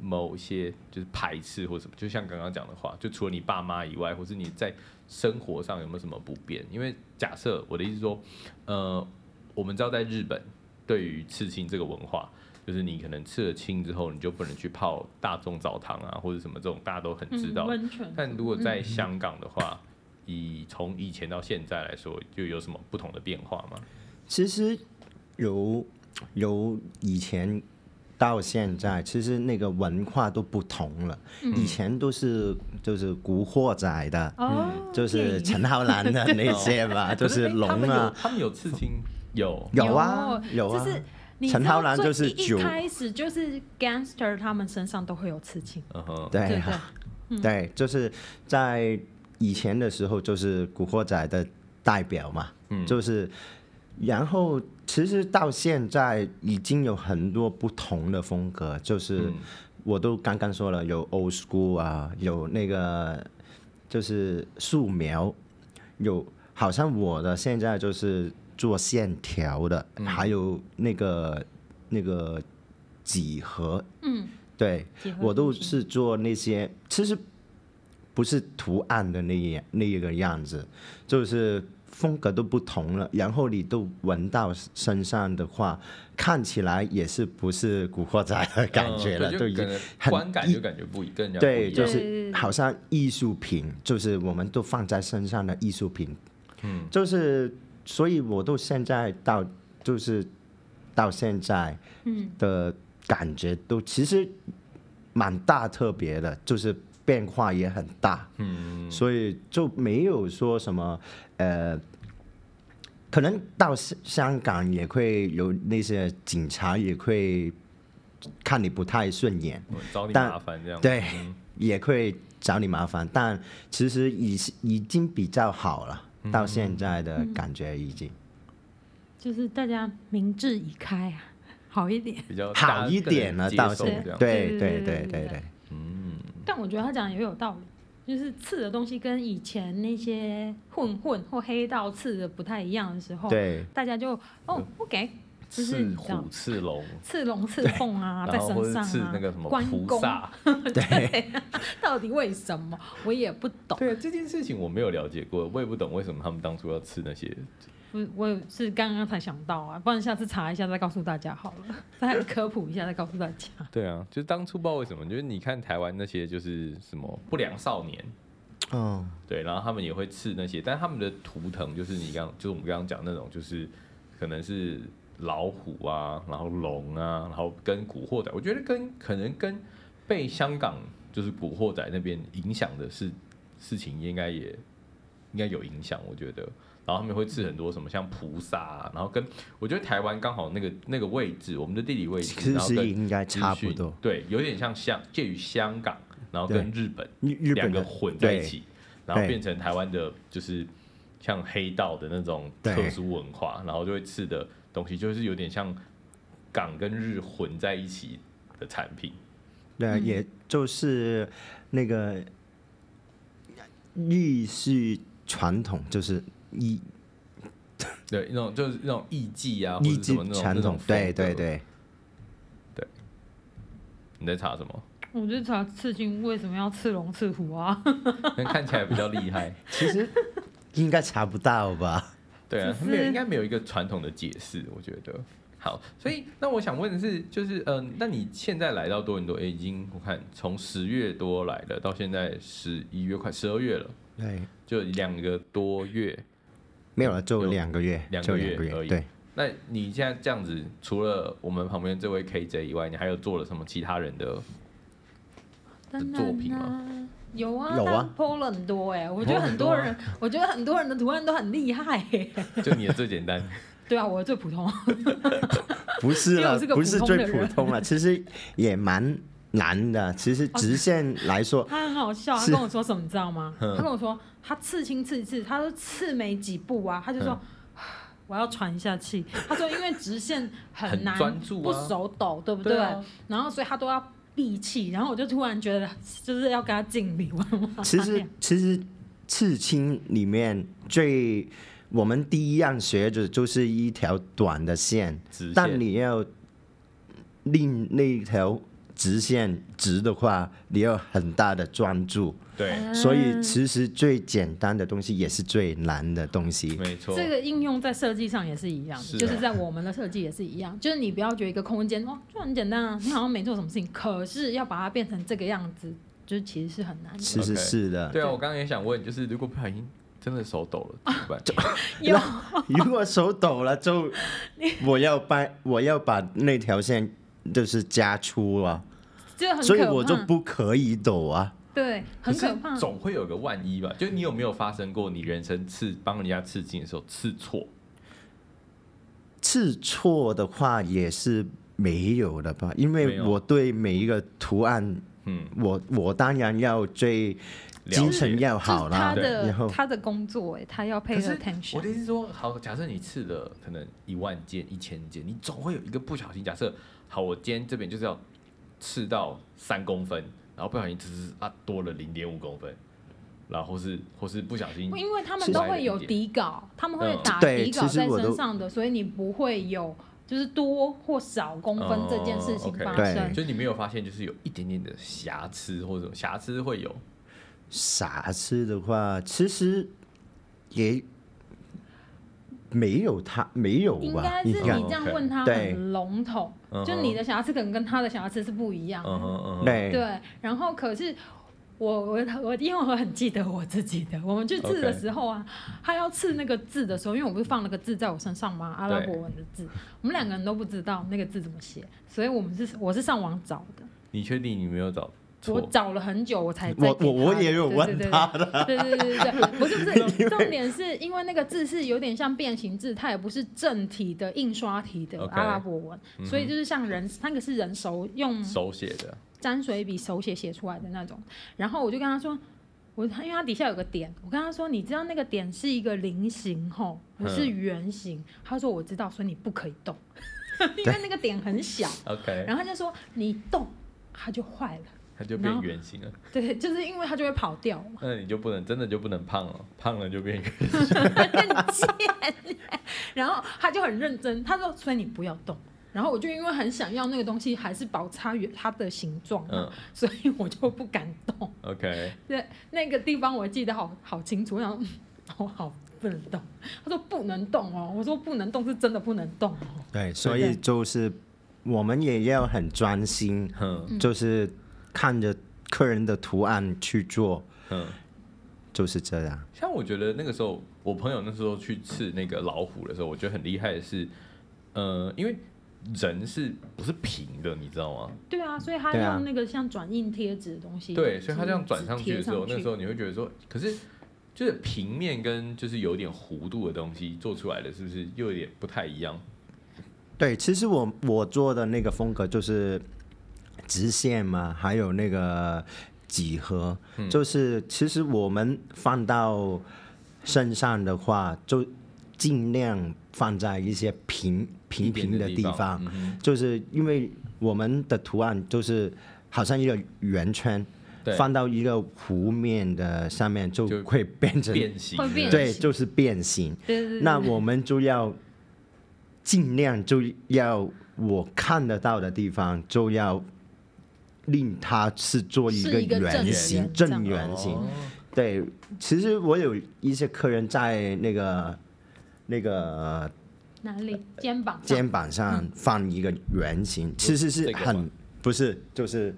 A: 某些就是排斥或什么，就像刚刚讲的话，就除了你爸妈以外，或是你在生活上有没有什么不便？因为假设我的意思是说，呃，我们知道在日本对于刺青这个文化，就是你可能刺了青之后，你就不能去泡大众澡堂啊，或者什么这种大家都很知道。
B: 嗯、温泉。
A: 但如果在香港的话，以从以前到现在来说，就有什么不同的变化吗？
C: 其实由由以前到现在，其实那个文化都不同了。
B: 嗯
C: 以前都是就是古惑仔的，
B: 哦，
C: 嗯就是
B: 电影
C: 陈浩南的
B: 哦 <laughs>
C: 那些吧，啊就
A: 可
C: 是
A: 哎
C: 龙
A: 他们有
C: 啊，
A: 他们有刺青，有
C: 有啊有啊
B: 就是你
C: 陈
B: 知道
C: 浩南
B: 最
C: 就是
B: 一
C: 酒
B: 一开始就是 gangster 他们身上都会有刺青，
A: 嗯哼，
C: 对
B: 对
C: 啊
B: 对，
C: 对，就是在以前的时候，就是古惑仔的代表嘛，
A: 嗯
C: 就是，然后其实到现在已经有很多不同的风格，就是、
A: 嗯
C: 我都刚刚说了，有 old school 啊，有那个就是素描，有好像我的现在就是做线条的，
A: 嗯
C: 还有那个那个几何，
B: 嗯，
C: 对
B: 几何
C: 我都
B: 图形
C: 是做那些，其实不是图案的那一那一个样子，就是风格都不同了。然后你都闻到身上的话，看起来也是不是古惑仔的感觉了，
A: 嗯
C: 都
A: 对
C: 已
A: 就可
C: 经
A: 能
C: 很
A: 观感
C: 艺
A: 就感觉不一，更加
C: 对，
A: 不一
C: 就
A: 样嗯
C: 是好像艺术品，就是我们都放在身上的艺术品。嗯，就是所以我都现在到就是到现在，嗯的感觉都其实蛮大特别的，就是变化也很大。嗯，所以就没有说什么呃。可能到香香港也会有那些警察也会看你不太顺眼，
A: 嗯找你
C: 但
A: 麻烦这样。
C: 对
A: 嗯，
C: 也会找你麻烦，但其实已已经比较好了，
A: 嗯
C: 到现在的感觉已经、
B: 就是大家明智已开啊，好一点。
A: 比较
C: 好一点了，到现
A: 在
C: 在，
A: 对，
B: 对
C: 对对
B: 对
C: 对
B: 对
C: 对
B: 对
C: 对，
B: <laughs> 但我觉得他讲的也有道理，就是刺的东西跟以前那些混混或黑道刺的不太一样的时候，
C: 对嗯
B: 大家就哦不给，就是
A: 刺
B: 你知道
A: 虎、刺龙，
B: 刺龙、刺凤啊，在
A: 然后或者
B: 身上
A: 刺
B: 啊，
A: 那个什么
B: 关
A: 菩
B: 公，啊
A: 萨。
B: 对，啊到底为什么我也不懂。
A: 对啊，这件事情我没有了解过，我也不懂为什么他们当初要刺那些。
B: 我我也是刚刚才想到啊，不然下次查一下再告诉大家好了，再科普一下再告诉大家。
A: 对啊，就是当初不知道为什么，就是你看台湾那些就是什么不良少年，
C: 嗯，
A: 对，然后他们也会刺那些，但他们的图腾就是你刚，就是我们刚刚讲那种，就是可能是老虎啊，然后龙啊，然后跟古惑仔，我觉得跟可能跟被香港就是古惑仔那边影响的事事情，应该也应该有影响，我觉得。然后他们会刺很多什么像菩萨、啊，然后跟我觉得台湾刚好那个那个位置，我们的地理位置，
C: 其
A: 然后
C: 实
A: 跟
C: 应该差
A: 资
C: 不
A: 讯
C: 多。，
A: 对，有点像香介于香港，然后跟日本。
C: 日日
A: 两
C: 本
A: 个
C: 的
A: 混在一起，然后
C: 对
A: 变成台湾的，就是像黑道的那种
C: 对
A: 特殊文化，然后就会吃的东西，就是有点像港跟日混在一起的产品。
C: 对，对也就是那个日式传统，就是一
A: 对，那种就是那种艺妓啊，或
C: 日
A: 者什
C: 式
A: 么那种
C: 传
A: 那种
C: 统，
A: 风
C: 对对
A: 格。
C: 对，
A: 你在查什么？
B: 我就查刺青为什么要刺龙刺虎啊？
A: 但看起来比较厉害。
C: 其实应该查不到吧？
A: 对啊，
B: 只
A: 没有
B: 是
A: 应该没有一个传统的解释，我觉得。好，所以那我想问的是，就是嗯、呃那你现在来到多伦多，诶已经我看从十月多来了，到现在十一月快十二月了，
C: 对，
A: 就两个多月。
C: 没有了，就
A: 有
C: 两个月，
A: 两个
C: 就
A: 月
C: 两个
A: 而已
C: 月，对。
A: 那你现在这样子，除了我们旁边这位 KJ 以外，你还有做了什么其他人的？
B: 当
A: 作品
B: 然啊，有啊，
C: 有啊
B: ，PO 了很多哎、我觉得很多人，我觉得很多人的图案都很厉害、欸。
A: 就你的最简单，
B: 对啊，我最普通，
C: <laughs> 不是
B: 因为
C: 了
B: 我是，个
C: 不
B: 普
C: 是
B: 通
C: 最
B: 的
C: 普
B: 人
C: 通了，其实也蛮难的。其实直线
B: <laughs>
C: 来说，
B: 他很好笑。他
C: 是
B: 跟我说什么，你知道吗？
A: 嗯
B: 他跟我说他刺青刺一刺，他说刺没几步啊，他就说。
A: 嗯
B: <sighs> 我要喘一下气。他说，因为直线
A: 很
B: 难
A: 专注啊
B: 不手抖，对不
A: 对啊
B: 然后所以他都要闭气。然后我就突然觉得，就是要跟他敬礼。我的妈
C: 其
B: 呀
C: 实其实刺青里面最我们第一样学的就是一条短的线，
A: 直线
C: 但你要令那条直线直的话，你要很大的专注。
A: 对，
B: 嗯
C: 所以其实最简单的东西也是最难的东西。
A: 没错，
B: 这个应用在设计上也是一样的，
A: 是啊
B: 就是在我们的设计也是一样，就是你不要觉得一个空间哦，就很简单啊，你好像没做什么事情，可是要把它变成这个样子，就是其实是很难的。
C: 其实
A: OK
C: 是的，
A: 对啊，我刚刚也想问，就是如果不小心真的手抖了怎么
B: <laughs>
A: 办？
B: 有
C: <laughs> 如果手抖了就，我要把我要把那条线就是加粗了，
B: 这个很可怕，
C: 所以我就不可以抖啊。
B: 对，很可怕
A: 是。总会有个万一吧？就你有没有发生过你人生刺帮人家刺青的时候刺错？
C: 刺错的话也是没有的吧，因
A: 没
C: 为
A: 有
C: 我对每一个图案，
A: 嗯，
C: 我我当然要最
A: 了解
C: 精神要
B: 就是
C: 好
B: 他
C: 啦，
B: 的
C: 然后
B: 他的工作、哎，他要配
A: 可
B: 合
A: 是我
B: attention，
A: 的意思是说，好，假设你刺了可能一万件、一千件，你总会有一个不小心。假设好，我今天这边就是要刺到三公分，然后不小心只是啊多了零点五公分，然后是或是不小心
B: 因为他们都会有底稿，他们
A: 嗯
B: 会打
C: 对
B: 底稿
C: 其实
B: 在
C: 我都
B: 身上的，所以你不会有就是多或少公分这件事情
A: 哦，OK
B: 发
C: 对
B: 生。
A: 就你没有发现，就是有一点点的瑕疵或者瑕疵会有，
C: 傻疵的话，其实也没有他没有
B: 应
C: 吧，
B: 该是
A: 应该
B: 你这样问他
C: 对
B: 很笼统
A: 嗯哼，
B: 就你的瑕疵可能跟他的瑕疵是不一样的。
A: 嗯哼嗯哼，
C: 对
B: 对，然后可是我我我因为我很记得我自己的，我们去刺的
A: OK
B: 时候啊他要刺那个字的时候，因为我不是放了个字在我身上吗？阿拉
A: 对
B: 伯文的字，我们两个人都不知道那个字怎么写，所以我们是我是上网找的，
A: 你确定你没有找
B: 我
A: 错？
B: 找了很久我才再
C: 我
B: 给
C: 我我
B: 他
C: 也有
B: 对
C: 问
B: 对对
C: 他的，
B: 对对对对对，不是
C: <laughs>
B: 不是，重点是因为那个字是有点像变形字，它也不是正体的印刷体的
A: OK
B: 阿拉伯文
A: 嗯哼
B: 所以就是像人那个是人手用
A: 手写的，
B: 沾水笔手写写出来的那种。然后我就跟他说，我因为它底下有个点，我跟他说，你知道那个点是一个菱形吼，不是圆形。他说我知道，所以你不可以动，因为那个点很小。
A: OK，
B: 然后他就说你动，它就坏了。
A: 它就变
B: 然后
A: 圆形了。
B: 对，就是因为它就会跑掉 <laughs> 嘛。
A: 那你就不能真的就不能胖了，胖了就变圆。
B: 很贱欸。然后他就很认真，他说：“所以你不要动。”然后我就因为很想要那个东西，还是保持它原它的形状，
A: 嗯
B: 所以我就不敢动。
A: ，OK，
B: 对， <laughs> 那个地方我记得好好清楚，然 <laughs> 后我嗯哦好不能动。他说不能动哦，我说不能动是真的不能动哦。
C: 对，所以就是我们也要很专心，
A: 哼
C: 就是看着客人的图案去做，
A: 哼。
C: 就是这样。
A: 像我觉得那个时候，我朋友那时候去刺那个老虎的时候，我觉得很厉害的是，呃，因为人是不是平的，你知道吗？
B: 对啊，所以他
C: 对啊
B: 用那个像转印贴纸的东西，
A: 对，所以他这样转上去
B: 贴
A: 的时候，那时
B: 候
A: 候你会觉得说，可是就是平面跟就是有点弧度的东西做出来的，是不是又有点不太一样？
C: 对，其实我我做的那个风格就是直线嘛，还有那个几何，
A: 嗯
C: 就是其实我们放到身上的话，就尽量放在一些平平平的
A: 一点地
C: 方，
A: 嗯哼
C: 就是因为我们的图案就是好像一个圆圈
A: 对，
C: 放到一个弧面的上面就
A: 就
C: 会变成
A: 变形
B: 会变
C: 对，
B: 形
C: 就是变形。
B: 对对对
C: 那我们就要尽量就要我看得到的地方就要令它是做一个
B: 是一个正
C: 圆形
B: 圆
C: 正
B: 这
C: 圆形。
A: 哦
C: 对，其实我有一些客人在那个那个
B: 哪里肩膀上
C: 肩膀上放一个圆形，其实是
A: 嗯这个吗
C: 很不是就是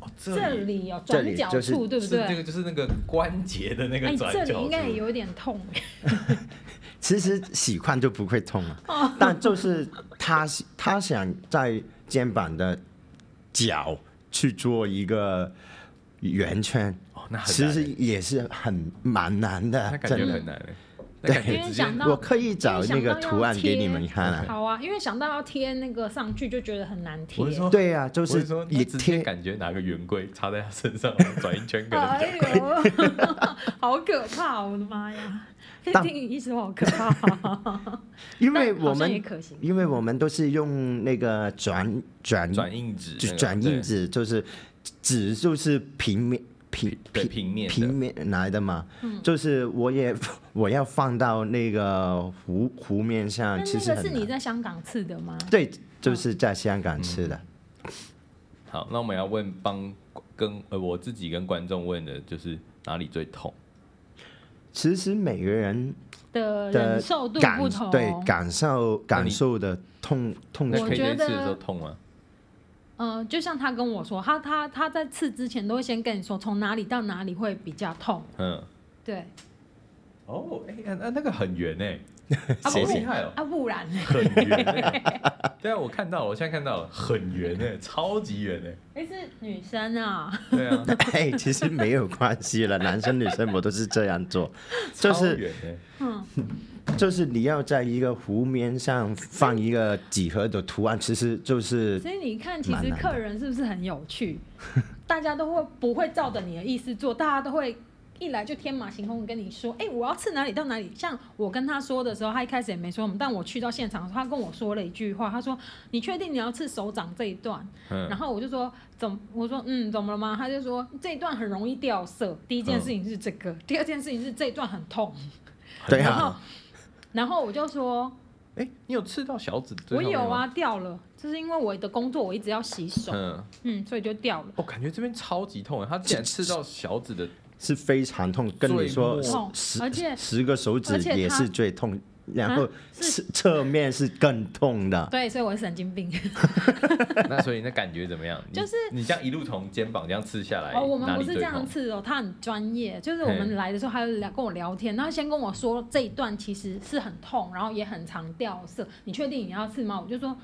A: 哦这
B: 这
A: 里
B: 里有
C: 这
B: 转
C: 里
B: 角
C: 就是
B: 处，对不
A: 是那
B: 对？
A: 个就是那个关节的那个
B: 哎，
A: 转
B: 这
A: 角
B: 里应该
A: 处
B: 也有点痛。
C: 其实喜欢就不会痛了，但就是他他想在肩膀的角去做一个圆圈，
A: 哦，那很
C: 其
A: 难
C: 实
A: 欸
C: 也是很蛮难的
A: 那，感觉
C: 真的。
A: 很难欸，那感觉
B: 因为
A: 直接
B: 想到
C: 我刻意找那个图案给你们看啊。
B: 好啊，因为想到要贴那个上去，就觉得很难贴
A: 我。是说
C: 对呀、就
A: 我
C: 是
A: 是说，
C: 也
A: 你直接
C: 贴
A: 感觉拿个圆规插在他身上，然后转一圈可
C: <laughs>
A: 能比较
B: 哎呦， <laughs> 好可怕！我的妈呀，
C: 但
B: 听你一说好可怕。
C: 因为
B: 但好
C: 我
B: 像也
C: 们嗯
B: 可行，
C: 因为我们都是用那个转转
A: 转印纸那
C: 就
A: 个，
C: 转印纸，就是纸就是平面平
A: 对
C: 平
A: 对平面的
C: 平面来的嘛，
B: 嗯
C: 就是我也 <laughs> 我要放到那个湖湖面
B: 那
C: 上，其实
B: 那个是
C: 很
B: 你啊
C: 难。
B: 在香港刺的吗？嗯
C: 对，就是在香港吃的，
A: 好，那我们要问帮跟呃我自己跟观众问的就是哪里最痛？
C: 其实每个人
B: 的
C: 的
B: 忍受度
C: 感
B: 不同，
C: 对感
A: 那
C: 受
A: 你
C: 感受的
B: <laughs>
C: 痛痛
A: 那
B: 我
A: 可以
B: 觉
A: 认识
B: 得
A: 的时候痛吗？
B: 呃，就像他跟我说，他他他在刺之前都会先跟你说从哪里到哪里会比较痛，
A: 嗯，
B: 对，
A: 哦，哎、那、那个很圆 <laughs> 哎、
B: 啊
A: 好
B: 不
A: 厉害哦、
B: 啊不然呢？
A: 很圆、欸。对啊，我看到了，我现在看到了，很圆哎、超级圆哎、
B: 哎是女生啊，
A: 对啊，
C: 哎，其实没有关系了，男生女生我都是这样
B: <laughs>
C: 做，就
A: 超
C: 是
A: 圆哎、
B: 嗯，
C: 就是你要在一个湖面上放一个几何的图案，其实就是
B: 所以你看，其
C: 蛮
B: 实
C: 难的
B: 客人是不是很有趣？ <laughs> 大家都会不会照着你的意思做，大家都会一来就天马行空地跟你说，哎、我要刺哪里到哪里。像我跟他说的时候，他一开始也没说什么，但我去到现场的时候，他跟我说了一句话，他说：“你确定你要刺手掌这一段？”然
A: 嗯，
B: 后我就说：“怎么？”我说：“嗯，怎么了吗？”他就说：“这一段很容易掉色。第一件
A: 嗯
B: 事情是这个，第二件事情是这一段很痛。
C: 对
B: 然后
C: 啊，，
B: 然后我就说。
A: 哎、你有刺到小指？
B: 我有，啊，掉了，就是因为我的工作我一直要洗手，
A: 嗯，
B: 嗯，所以就掉了。
A: 我、哦感觉这边超级痛哎、他 <laughs> 竟然刺到小指的， <laughs>
C: 是非常痛，跟你说
A: 最
B: 痛
C: 十
B: 而且
C: 十个手指
B: 而且它
C: 也是最痛，然后
B: 啊是
C: 侧侧面是更痛的。
B: 对，所以我是神经病。
A: 那所以那感觉怎么样？你
B: 就是
A: 你这样一路从肩膀这样刺下来，
B: 哦，我们
A: 哪
B: 不
A: 里
B: 是
A: 最
B: 这样
A: 痛
B: 子哦，他很专业。就是我
A: 嘿
B: 们来的时候，还有聊跟我聊天，然后先跟我说这一段其实是很痛，然后也很常掉色。你确定你要刺吗？我就说，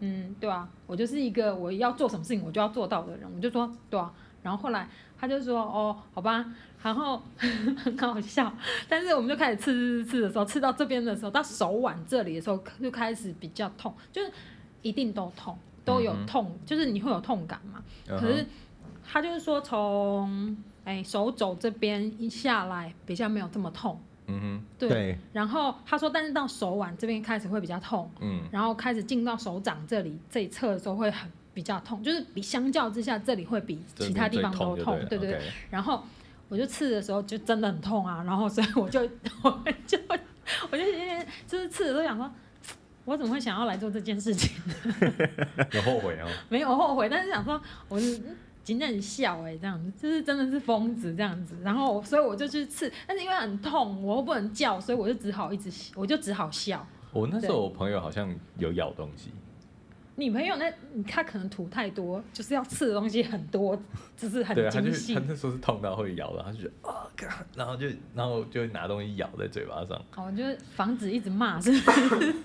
B: 嗯，对啊，我就是一个我要做什么事情我就要做到的人。我就说，对啊。然后后来他就说，哦，好吧。然后 <laughs> 很好笑，但是我们就开始刺刺刺刺的时候，刺到这边的时候，到手腕这里的时候就开始比较痛，就是一定都痛，都有
A: 嗯哼
B: 痛，就是你会有痛感嘛。
A: 嗯
B: 可是
A: 哼
B: 他就是说从哎、手肘这边一下来比较没有这么痛，
A: 嗯哼，
B: 对。
C: 对，
B: 然后他说，但是到手腕这边开始会比较痛，
A: 嗯，
B: 然后开始进到手掌这里这一侧的时候会很比较痛，就是比相较之下这里会比
A: 这
B: 其他地
A: 边
B: 方
A: 最
B: 都
A: 就
B: 痛，
A: 了
B: 对对对。
A: OK
B: 然后我就刺的时候就真的很痛啊，然后所以我就 <laughs> 我就我就有点就是刺的时候想说，我怎么会想要来做这件事情？
A: <laughs> 有后悔哦。
B: 没有后悔，但是想说我是仅仅笑哎、这样子，就是真的是疯子这样子。然后我所以我就去刺，但是因为很痛，我又不能叫，所以我就只好一直我就只好笑。
A: 我那时候我朋友好像有咬东西，
B: 你朋友那他可能涂太多，就是要刺的东西很多，就是 <laughs> 很
A: 对啊，他就
B: 精细
A: 他。那时候是痛到会咬的，他就觉得啊，干然后就然后就拿东西咬在嘴巴上，
B: 哦，就是防止一直骂是不 <laughs> 是，
A: <laughs>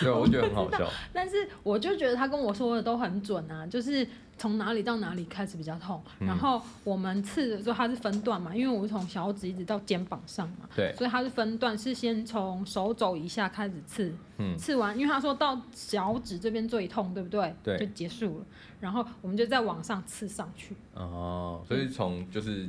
A: 对，我觉得很好笑。
B: 但是我就觉得他跟我说的都很准啊，就是从哪里到哪里开始比较痛，
A: 嗯
B: 然后我们刺的时候它是分段嘛，因为我是从小指一直到肩膀上嘛，
A: 对，
B: 所以它是分段，是先从手肘以下开始刺，
A: 嗯
B: 刺完，因为他说到脚趾这边最痛，对不对？
A: 对
B: 就结束了。然后我们就再往上刺上去，
A: 哦，所以从就是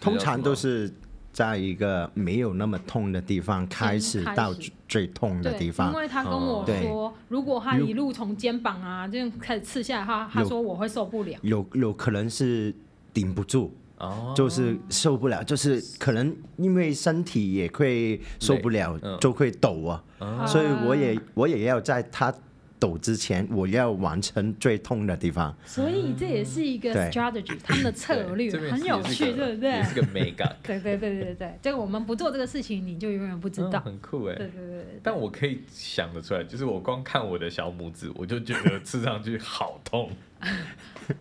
C: 通常都
A: 这叫什么
C: 是在一个没有那么痛的地方开始到
B: 嗯开始
C: 最最痛的
B: 对，
C: 嗯地方哦
B: 因。为他跟我说，如果他一路从肩膀啊这样开始刺下来，他他
C: 有
B: 说我会受不了。
C: 有有可能是顶不住，
A: 哦，
C: 就是受不了，就是可能因为身体也会受不了
A: 累嗯，
C: 就会抖啊。
A: 啊
C: 所以我也我也要在它抖之前，我要完成最痛的地方。
B: 所以这也是一个
C: 嗯对
B: strategy，他们的策
A: 对
B: 略
A: 这边
B: 很
A: 是
B: 有
A: 也是
B: 趣，
A: 个
B: 对不对
A: 也？是个 mega，
B: 对对对对对对，这个我们不做这个事情，你就永远不 <laughs> 知道。
A: 很酷哎
B: 对。对对对。
A: 但我可以想得出来，就是我光看我的小拇指，我就觉得刺上去好痛。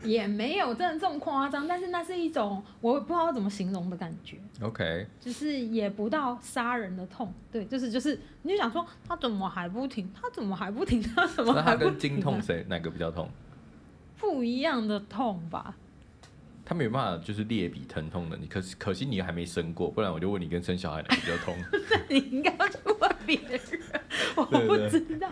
B: 也没有真的这么夸张，但是那是一种我不知道怎么形容的感觉，
A: <laughs> OK，
B: 就是也不到杀人的痛，对，就是就是，你就想说他怎么还不停，他怎么还不停，他怎么
A: 那它
B: 还不停、啊
A: 跟经痛谁哪个比较痛？
B: 不一样的痛吧？ <laughs>
A: 它没有办法就是裂比疼痛的，你可是可惜你还没生过，不然我就问你跟生小孩哪个比较痛。
B: 你应该要去问别人，我
A: 对
B: 不
A: 对
B: 知道，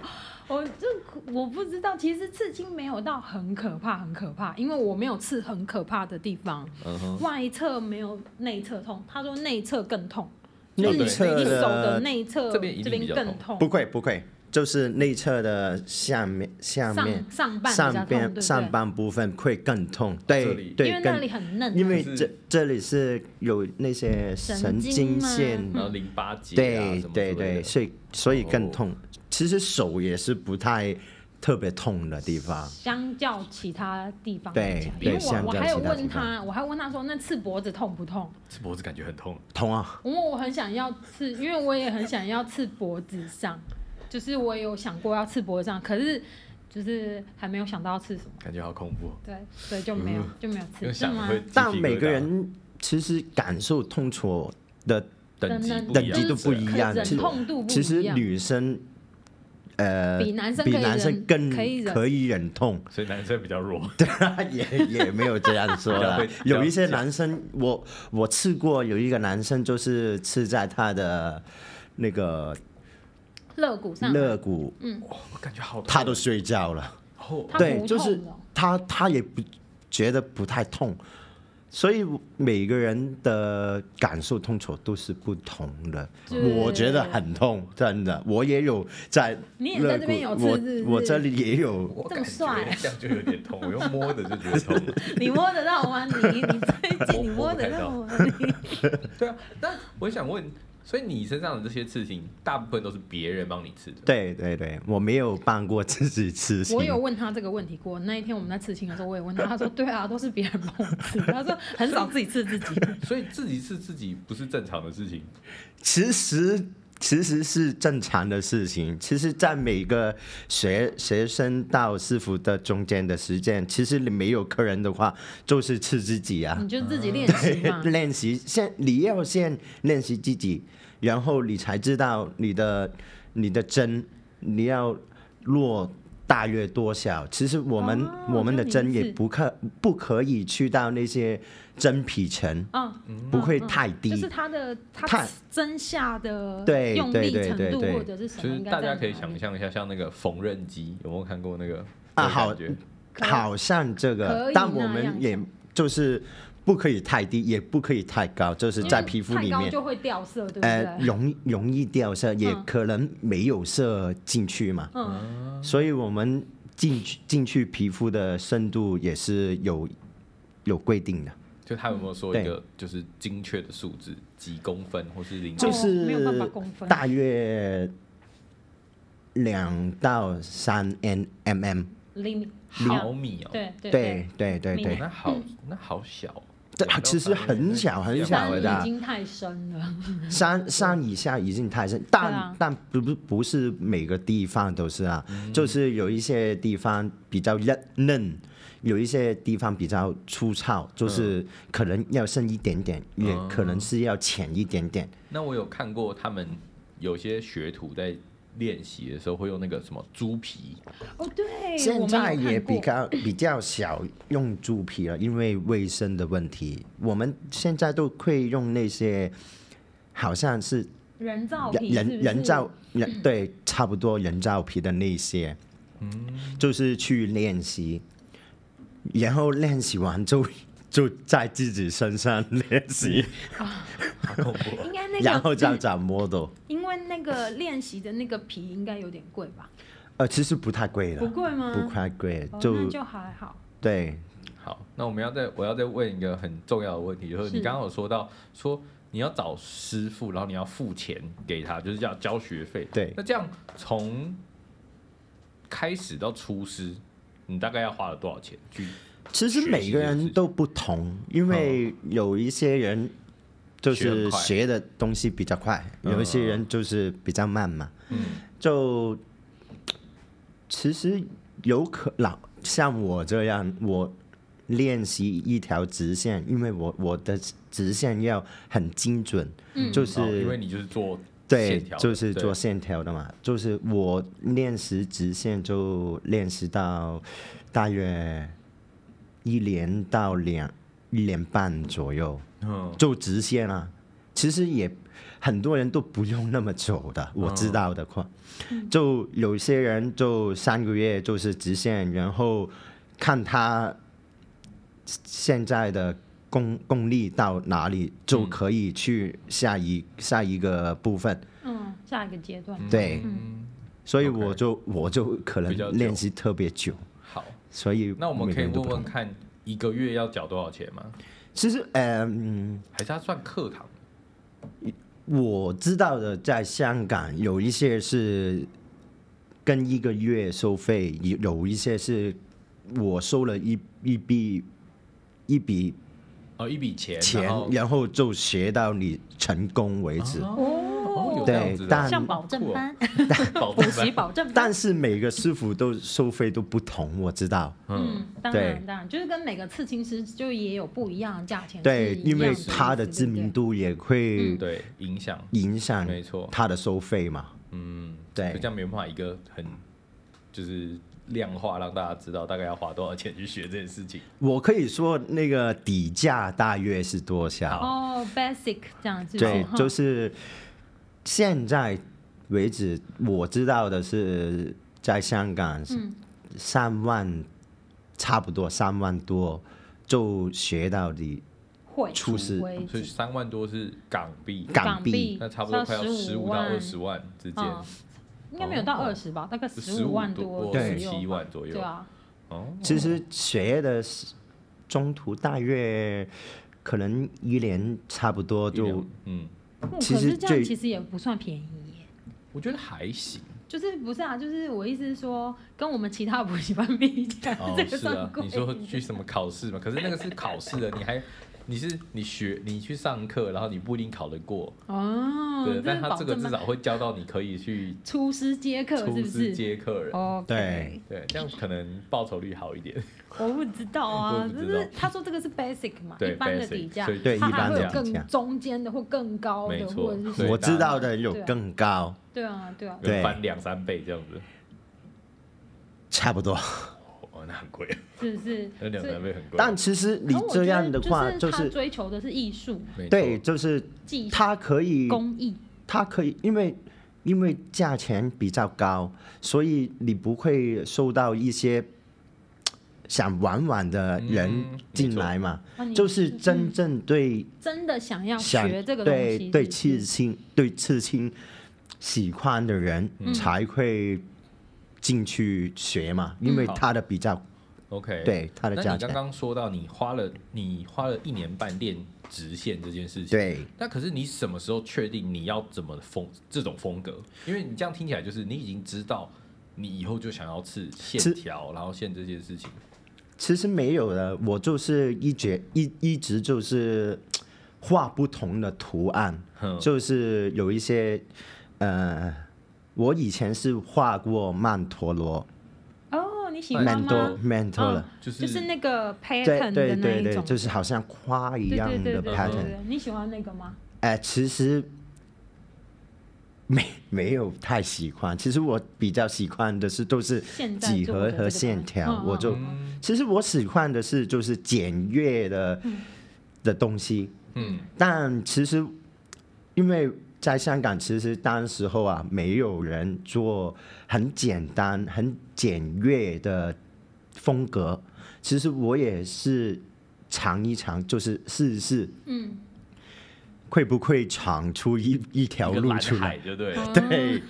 B: 我就我不知道，其实刺青没有到很可怕，很可怕，因为我没有刺很可怕的地方，
A: <laughs> 嗯哼，
B: 外侧没有内侧痛，他说内侧更痛。就
C: 内
B: 是你
C: 侧
B: 你手的
C: 的
B: 内侧
A: 哦这边一定比较
B: 更痛，
C: 不会不会，就是内侧的下面下面
B: 上上半比较
C: 上
B: 痛对
C: 边
B: 不对
C: 上半部分会更痛。
A: 这
C: 对
A: 里
B: 因为
C: 对，
B: 那
C: 更
B: 里很嫩啊，
C: 因为
A: 是
C: 这这里是有那些神经线
B: 神经吗
A: 然后淋巴结啊
C: 对
A: 什么之
C: 对
A: 类
C: 对，
A: 的
C: 所以所以
A: 哦
C: 更痛。其实手也是不太特别痛的地方。
B: 相较其他地方
C: 对
B: 来讲
C: 对
B: 因为
C: 相
B: 我我
C: 较
B: 还有
C: 其他地
B: 问
C: 方
B: 他，我还问他说，那刺脖子痛不痛？
A: 这脖子感觉很痛，
C: 痛啊！
B: 因为我很想要刺， <laughs> 因为我也很想要刺脖子上，就是我有想过要刺脖子上，可是就是还没有想到要刺什么，
A: 感觉好恐怖哦，
B: 对，所以就没
C: 嗯
B: 有、就没有
A: 因
B: 刺，
A: 为
B: 是
A: 想
B: 吗？
A: 会鸡皮疙瘩。
C: 但每个人其实感受痛楚的，
A: 等级不一
C: 等
A: 样
C: 级都不一
B: 可
C: 样其
B: 忍
C: 实
B: 痛度不
C: 其实
B: 一样，
C: 女生呃
B: 比男生
C: 比
B: 可以
C: 男生
B: 忍
C: 更
B: 可以忍
C: 可以忍痛。
A: 所以男生比较弱，
C: <laughs> 也也没有这样说
A: <laughs> 比较
C: 啦
A: 会。
C: 有一些男生，我我吃过有一个男生，就是吃在他的那个
B: 肋骨上嗯
C: 肋骨，
A: 哦我感觉好痛。
C: 他都睡觉了。
A: 哦
B: 他
C: 对，
B: 不
C: 就
B: 痛
C: 是
B: 了
C: 他他也不觉得不太痛，所以每个人的感受痛楚都是不同的。
B: 就是
C: 我觉得很痛，真的，我也有在
B: 你也在这
C: 肋骨
B: 边有刺是不
C: 我我
B: 是
C: 这里也有。
A: 我
B: 这
A: 感
B: 么帅
A: 觉这样就有点痛，我用摸的就觉得痛了。
B: 你摸得到吗？你你最近
A: <laughs>
B: 你
A: 我
B: 摸
A: 我
B: 得
A: 看
B: 到
A: 到
B: 吗？
A: 对啊，那我想问，所以你身上的这些刺青，大部分都是别人帮你刺的？
C: 对对对，我没有办过自己吃青。
B: 我有问他这个问题过。那一天我们在刺青的时候，我也问他，他说：“对啊，都是别人帮我刺。”他说：“很少自己刺自己。
A: 所以自己刺自己不是正常的事情。
C: 其实其实是正常的事情。其实，在每个学学生到师傅的中间的时间，其实你没有客人的话，就是吃自己”啊。
B: 你，就自己练习嘛嗯
C: 练习先你要先练习自己，然后你才知道你的你的针你要落。大约多少？其实我们、
B: 哦
C: 我们的
B: 这
C: 针
B: 名字
C: 也不可不可以去到那些真皮层，
B: 嗯，
C: 不会太低。
B: 就是他的他
C: 看
B: 针下的
C: 对
B: 用力
C: 对对
B: 程
C: 对
B: 度
C: 对
B: 或者
A: 就
B: 是什么，
A: 是
B: 应该
A: 大家
B: 在哪
A: 可以
B: 里
A: 想象一下，像那个缝纫机，有没有看过那个？
C: 啊
A: 那个
C: 好
A: 感觉
B: 可以啊
C: 好像这
B: 可
C: 个
B: 以，
C: 但我
B: 那样
C: 们也
B: 讲
C: 就是不可以太低，也不可以太高，就是在皮肤里
B: 因为太高
C: 面，
B: 就会掉色，对不
C: 呃，
B: 对？
C: 容易容易掉色，也
B: 嗯
C: 可能没有色进去嘛，
B: 嗯，
C: 所以我们进去进去皮肤的深度也是有有规定的，
A: 就他有没有说
C: 对
A: 一个就是精确的数字，几公分或是零？
C: 就
B: 哦没
C: 是
B: 有办法公分
C: 大约两到三 n m m，
B: 厘米，
A: 毫米哦。
B: 对嗯对
C: 对，对对
A: 哦，
C: 对
A: 那，好，那好小。哦
C: 这
A: 两到
C: 其实
A: 三
C: 很小很小
B: 三
C: 的
B: 已经太深
C: <laughs>
B: 了。
C: 山山以下已经太深，
B: 嗯对
C: 但、
B: 啊
C: 但不不不是每个地方都是啊，就是有一些地方比较嫩嫩，有一些地方比较粗糙，就是可能要深一点点，也
A: 哦
C: 可能是要浅一点点。
A: 那我有看过他们有些学徒在练习的时候会用那个什么猪
C: <laughs>
A: 皮，
B: 哦，对，
C: 现
B: 我们有
C: 在
B: 看
C: 也
B: 过
C: 比较比较少用猪皮了，因为卫生的问题，我们现在都会用那些好像是
B: 人造
C: 人
B: 皮是不嗯是
C: 人人造人对，差不多人造皮的那些，就是去练习，然后练习完就就在自己身上练习，
A: 好恐怖、
B: 应
A: 哦！
B: 该那个
C: 然后再找 model。
B: 因为那个练习的那个皮应该有点贵吧？
C: 呃，其实不太贵
B: 不
C: 了，
B: 贵吗？
C: 不太贵，
B: 哦、
C: 就
B: 那就还好。
C: 对
A: 好，那我们要再我要再问一个很重要的问题，就是
B: 是
A: 你刚刚有说到说你要找师傅，然后你要付钱给他，就是要交学费。
C: 对
A: 那这样从开始到出师，你大概要花了多少钱去？
C: 其实每个人都不同，因为有一些人就
A: 嗯学很
C: 是
A: 快
C: 学的东西比较快，
A: 嗯
C: 有一些人就是比较慢嘛。
A: 嗯，
C: 就其实有可老像我这样，我练习一条直线，因为我我的直线要很精准，
B: 嗯
C: 就
A: 哦因为
C: 是
A: 你就是做
C: 对
A: 线条，的
C: 就是做
A: 对
C: 线条的嘛，就是我练习直线就练习到大约一年到两一年半左右，
A: 嗯，
C: 就直线啊。其实也很多人都不用那么久的，
A: 嗯
C: 我知道的话，就有些人就三个月就是直线，然后看他现在的功功力到哪里，就
A: 嗯
C: 可以去下一、下一个部分。
B: 嗯，下一个阶段。
C: 对，
A: 嗯，
C: 所以
A: OK
C: 我就我就可
A: 比较
C: 能
A: 久
C: 练习特别久，
A: 好，
C: 所以
A: 那我们
C: 每
A: 可
C: 个
A: 以
C: 人都
A: 问
C: 不
A: 问
C: 同。
A: 看，一个月要缴多少钱吗？
C: 其实，呃嗯。
A: 还是他算课堂？
C: 我知道的，在香港有一些是跟一个月收费，有有一些是我收了一一笔一笔
A: 哦，一笔钱，
C: 钱，
A: 然
C: 然
A: 后
C: 后就学到你成功为止。
A: 哦，有
B: 哦
A: 这样子的
C: 对但
D: 像保证班，
A: 保
B: <laughs> 补
A: 证
B: 习保证班
C: 但是每个师傅都收费都不同，我知道。
A: 嗯，
B: 嗯，当
C: 对
B: 然，当然，就是跟每个刺青师就也有不一样的价钱是一样的
C: 对，
B: 意思，
C: 因为他的
B: 的
C: 知名度也会
A: 对，影响，
C: 影响
A: 嗯没错，
C: 他的收费嘛。
A: 嗯，
C: 对
A: 就这样没办法一个很就是量化让大家知道大概要花多少钱去学这件事情。
C: 我可以说那个底价大约是多少？
B: 哦，basic 这样子，
C: 啊
B: 哦
C: 对，
B: 哼
C: 就是现在为止我知道的是，在香港
B: 嗯
C: 三万，差不多三万多就学到的
B: 会
C: 初始
B: 为
A: 所以
B: 止
A: 三万多是港币，
C: 港
B: 币
A: 那差不多快要十
B: 15
A: 五到
B: 万
A: 二十万之间，
B: 嗯应该没有到
A: 哦
B: 二十吧，大概
A: 十
B: 五万
A: 多
B: 左
C: 对
A: 哦十七
B: 右吧，
A: 万左右。
B: 对啊，
A: 哦，
C: 其实学的是中途大约可能一年差不多
A: 一两
C: 就
A: 嗯，
B: 哦
C: 其
B: 可
C: 实
B: 是这样
C: 最
B: 其实也不算便宜耶。
A: 我觉得还
B: <laughs>
A: 行。
B: 就是不是啊？就是我意思是说，跟我们其他补习班比起来，
A: 哦
B: 这，个
A: 是
B: 算
A: 啊，
B: 贵。
A: 你说去什么考试嘛？可是那个是考试的，你还你是你学你去上课，然后你不一定考得过，
B: 哦，
A: 对。但
B: 是
A: 他
B: 保
A: 这个
B: 证
A: 至
B: 班
A: 少会教到你可以去
B: 厨师接客
A: 出
B: 是不
A: 师
B: 是？
A: 接客人，
B: 哦，
C: 对，
A: 对，这样可能报酬率好一
C: <laughs>
A: 点。
B: 我不知道
A: 我
B: 啊，
A: 也不
B: 就
A: 知道
B: 是他说这个是 basic 嘛，
A: 对
B: 一般的
A: basic，
B: 底价
A: 所以，
C: 对
B: 它
C: 一般
B: 还会有
C: 的底价
B: 更中间的或更高
A: 没
B: 的，
A: 错
B: 或者是
A: 对
C: 我知道的有
B: 对啊
C: 更高，
B: 对啊对啊，
A: 有
C: 对
A: 翻两三倍这样子，
C: 差不多。
A: 哦，那很贵， <laughs>
B: 是不是？
A: 那两
B: 所以
A: 三倍很贵。
C: 但其实你
B: 可我
C: 这
B: 觉
C: 样
B: 得
C: 的话，
B: 就
C: 就是
B: 他
C: 是
B: 追求的是艺术
A: 没错
C: 对，，就是
B: 技术
C: 他可以，
B: 工艺，
C: 他可以，因为因为价钱比较高，所以你不会受到一些想玩玩的人
A: 嗯没错
C: 进来嘛，
B: 那你
C: 就是真
B: 嗯
C: 正对
B: 真的嗯想要
C: 想
B: 学这个东
C: 对
B: 西，
C: 对
B: 是
C: 刺
B: 不是
C: 青对刺青喜欢的人
B: 嗯
C: 才会进去学嘛，因为
A: 好
C: 他的比较
A: OK，。
C: 对他的
A: 那
C: 价
A: 你刚
C: 钱，
A: 刚说到你花了你花了一年半练直线这件事情，
C: 对
A: 那可是你什么时候确定你要怎么风这种风格？因为你这样听起来就是你已经知道你以后就想要刺线
C: 是
A: 条，然后线这件事情。
C: 其实没有的，我就是一直一一直就是画不同的图案，
A: 哼，
C: 就是有一些呃，我以前是画过曼陀罗，
B: 哦，你喜欢
C: 曼
B: 吗？
C: 陀曼陀罗
B: 嗯，
A: 就
B: 就是是那个 pattern 的
C: 对对
B: 那
C: 对
B: 一
C: 对，
B: 种，
C: 就是好像花一
B: 对
C: 样
B: 对
C: 的
B: 对对对
C: pattern，
B: 对你喜欢那个吗？
C: 哎、其实没没有太喜欢，其实我比较喜欢的是都是
B: 现在
C: 几
B: 做的
C: 何
B: 这
C: 和
B: 个
C: 线
B: 东西
C: 条，
B: 嗯
C: 我
B: 嗯
C: 就
A: 嗯
C: 其实我喜欢的是就是简约的、
B: 嗯
C: 的东西，
A: 嗯，
C: 但其实因为在香港，其实当时候啊，没有人做很简单、很简约的风格。其实我也是尝一尝，就是试试
B: 嗯，
C: 会不会闯出一一条
A: 一个
C: 路
A: 蓝
C: 出来嗯
A: 海。就对
B: 嗯
A: 了，
C: <laughs> 对，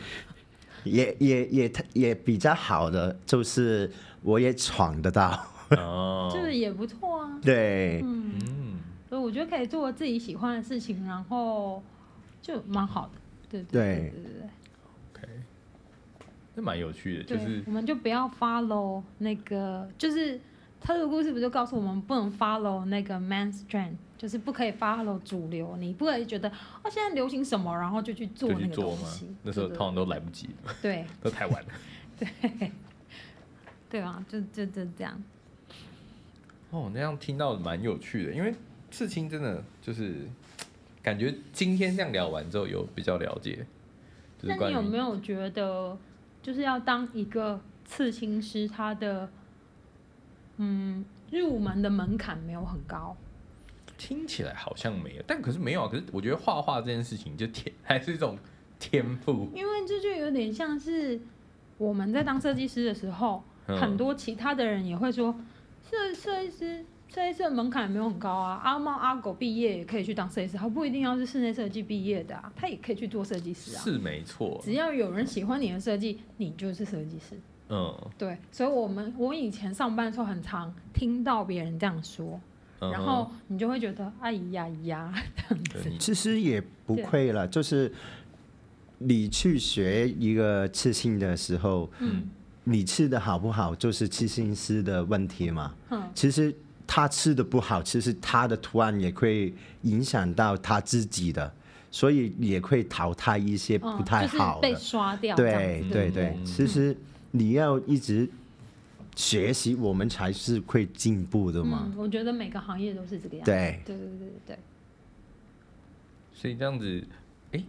C: 也也也也比较好的，就是我也闯得到。 <laughs>
A: 哦，
B: 就是也不错啊。
C: 对，
A: 嗯，
B: 所以我觉得可以做自己喜欢的事情，然后就蛮好的。对
C: 对
B: 对对
A: OK，那蛮有趣的，
B: 对，
A: 就
B: 对
A: 是
B: 我们就不要 follow 那个，就是他的故事不就告诉我们不能 follow 那个 man's trend，就是不可以 follow 主流，你不可以觉得哦现在流行什么，然后就去做
A: 就
B: 那
A: 去
B: 个
A: 做
B: 东
A: 嘛
B: 西。。
A: 那时候
B: 对
A: 通常都来不及， <laughs>
B: 对
A: 都太晚了。
B: 对啊，就就就这样。
A: <laughs> 哦，那样听到蛮有趣的，因为刺青真的就是感觉今天这样聊完之后有比较了解，就是
B: 那
A: 关
B: 你有
A: 于
B: 没有觉得，就是要当一个刺青师，他的嗯入门的门槛没有很高？
A: 听起来好像没有，但可是没有啊。可是我觉得画画这件事情就天 <laughs> 还是一种天赋，
B: 因为这就有点像是我们在当设计师的时候，
A: 嗯
B: 很多其他的人也会说，设设计师设计师的门槛也没有很高啊，阿猫阿狗毕业也可以去当设计师，他不一定要是室内设计毕业的啊，他也可以去做设计师
A: 嗯
B: 啊。
A: 是没错。
B: 只要有人喜欢你的设计，你就是设计师。
A: 嗯，
B: 对，所以我们我以前上班的时候很常听到别人这样说，
A: 嗯
B: 然后你就会觉得哎呀呀， <laughs>
A: 对你
C: 其实也不亏了，就是你去学一个刺青的时候，
B: 嗯
C: 你吃的好不好，就是刺青师的问题嘛。
B: 嗯
C: 其实他吃的不好，其实他的图案也会影响到他自己的，所以也会淘汰一些
B: 嗯，
C: 不太好
B: 就是被
C: 的。
B: 刷掉这样
C: 对
B: 子，
C: 对
B: 不
C: 对，
A: 嗯
C: 其实你要一直学习，我们才是会进步的嘛。
B: 嗯，我觉得每个行业都是这个样子。
C: 对，
B: 对对对对对，
A: 所以这样子，哎、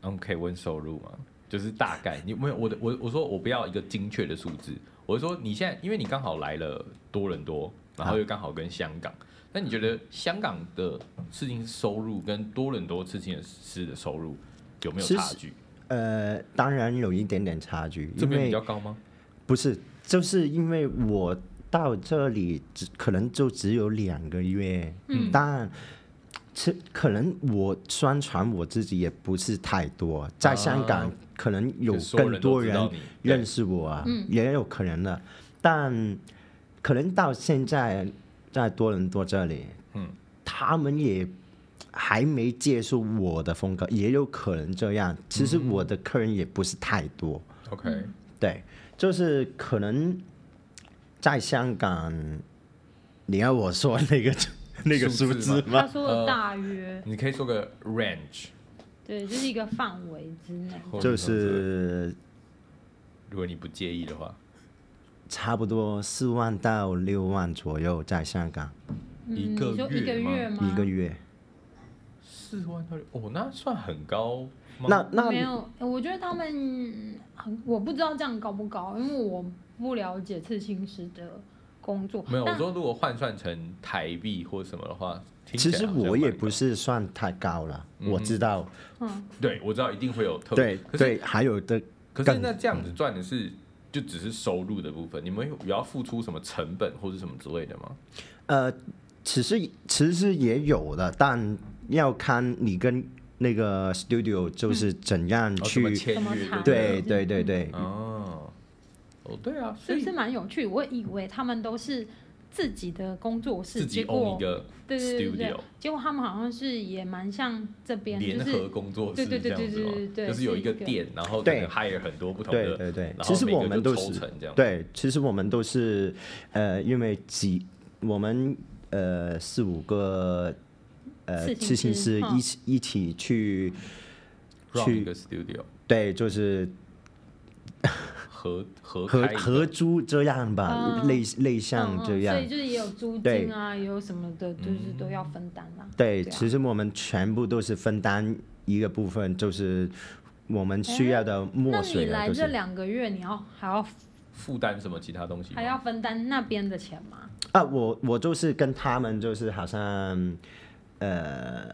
A: 那我们可以问收入吗？就是大概你没有我的我我说我不要一个精确的数字，我是说你现在因为你刚好来了多伦多，然后又刚好跟香港，那你觉得香港的事情收入跟多伦多事情师的收入有没有
C: 其
A: 差
C: 实
A: 距？
C: 呃，当然有一点点差距，
A: 这
C: 因
A: 边比
C: 为
A: 较高吗？
C: 不是，就是因为我到这里只可能就只有两个月，
B: 嗯
C: 但这可能我宣传我自己也不是太多，在香港
A: 啊
C: 可能有
A: 就所
C: 更
A: 人
C: 多
A: 都知
C: 人
A: 道你
C: 认识我啊，
B: 嗯
C: 也有可能的，但可能到现在在多伦多这里，
A: 嗯，
C: 他们也还没接受我的风格，也有可能这样。其
A: 嗯
C: 实我的客人也不是太多，
A: 对 OK，、
C: 对，就是可能在香港，你要我说那个那个
A: 数
C: 数
A: 字吗
C: 字
A: <laughs>
B: 他
C: 吗？
B: 说
A: 呃
B: 的大约，
A: 你可以说个 range，
B: 对，就是一个范围之内。
A: 或者
C: 就
A: 什么之类的
C: 是
A: 如果你不介意的话，
C: 差不多四万到六万左右，在香港
B: 嗯，
A: 一
B: 你
A: 个
B: 说一个
A: 月吗
B: 月吗？
C: 一个月。
A: 四万到六哦，那算很高吗？
C: 那那
B: 没有，呃我觉得他们很，我不知道这样高不高，因为我不了解刺青师的工作。
A: 没有，我
B: 但
A: 说如果换算成台币或什么的话，听起
C: 其
A: 来
C: 实
A: 好像
C: 我也
A: 蛮高
C: 不是算太高了，
A: 嗯
C: 我知道，
B: 嗯，
A: 对，我知道一定会有特
C: 对
A: 可是
C: 对，还有的
A: 可是
C: 更嗯
A: 那这样子赚的是就只是收入的部分，你们有有要付出什么成本或者什么之类的吗？
C: 呃，其实其实也有的，但要看你跟那个 studio 就是
B: 嗯
C: 怎样
A: 哦怎
C: 嗯去，
A: 么签
B: 怎么
A: 约
B: 谈
A: 就
C: 对
A: 了
C: 对对对，
A: 哦哦对啊，所
B: 是不
A: 以
B: 是蛮有趣？我以为他们都是自己的工作室，
A: 自己
B: 结
A: own
B: 果
A: 一个
B: 对对对对
A: studio
B: 对，结果他们好像是也蛮像这边，
A: 联
B: 就
A: 合
B: 是
A: 工作室
B: 对对
A: 这
B: 对
A: 样子
B: 对对
A: 吗
B: 对？对
A: 就是有一个
B: 是一个
A: 店，然后可
C: 对
A: 能 hire 很多不同
C: 对
A: 的，
C: 对对，
A: 然
C: 其
A: 后
C: 实
A: 每
C: 我
A: 个
C: 们
A: 就
C: 都
A: 抽
C: 是
A: 成这样。
C: 对，其实我们都是呃，因为几我们呃四五个呃
B: 刺
C: 刺
B: 青
C: 青
B: 师
C: 师
B: 嗯
C: 一起一起去
A: run 一
C: 去
A: 个 studio
C: 对，就是
A: 合合
C: 合
A: 开一个
C: 合租这样吧，
B: 嗯
C: 类类
B: 嗯
C: 像
B: 嗯
C: 这样
B: 所以。就是也有租
C: 对
B: 金啊，也有什么的，就是都要分担啦。
C: 对，
B: 对啊
C: 其实我们全部都是分担一个部分，就是我们需要的
B: 哎那
C: 墨
B: 你
C: 水啊，
B: 来
C: 就
B: 这
C: 是
B: 两个月，你要还要
A: 负担什么其他东西吗？
B: 还要分担那边的钱吗？
C: 啊，我我就是跟他们就是好像呃，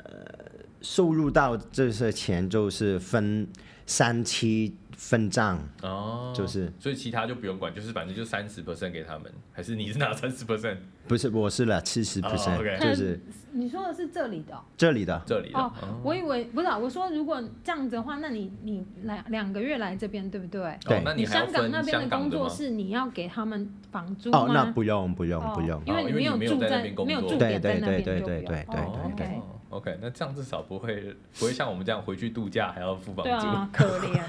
C: 收入到这些钱就是分三期分账，
A: 哦，
C: 就是
A: 所以其他就不用管，就是反正就三十 percent 给他们，还是你是
C: <laughs>
A: 拿三十 percent
C: 不是我是了七十
A: 哦
C: percent，
A: ，OK
C: 就是
B: 你说的是这里的哦、
C: 这里的
A: 这里的？
B: 哦，我以为不是、啊，我说如果这样子的话，那你你来两个月来这边，对不对？
C: 对
A: 哦那
B: 你
A: 还要
B: 香港
A: 分
B: 那边
A: 香
B: 的
A: 港
B: 工
A: 的
B: 作
A: 吗？
B: 室，你要给他们房租吗？
C: 哦，那不用不用不用
B: 哦，因为
A: 哦
B: 你
A: 因为你没有
B: 住
A: 在那
B: 在
A: 边工
B: 没有
A: 作
B: 住点在那边，
C: 对对
B: 就
C: 对
B: 不用
C: 对对
B: 哦
C: 对
B: OK
A: OK，那这样至少不会不会像我们这样回去度假还要付房
B: 对
A: 租。
B: 啊，可怜。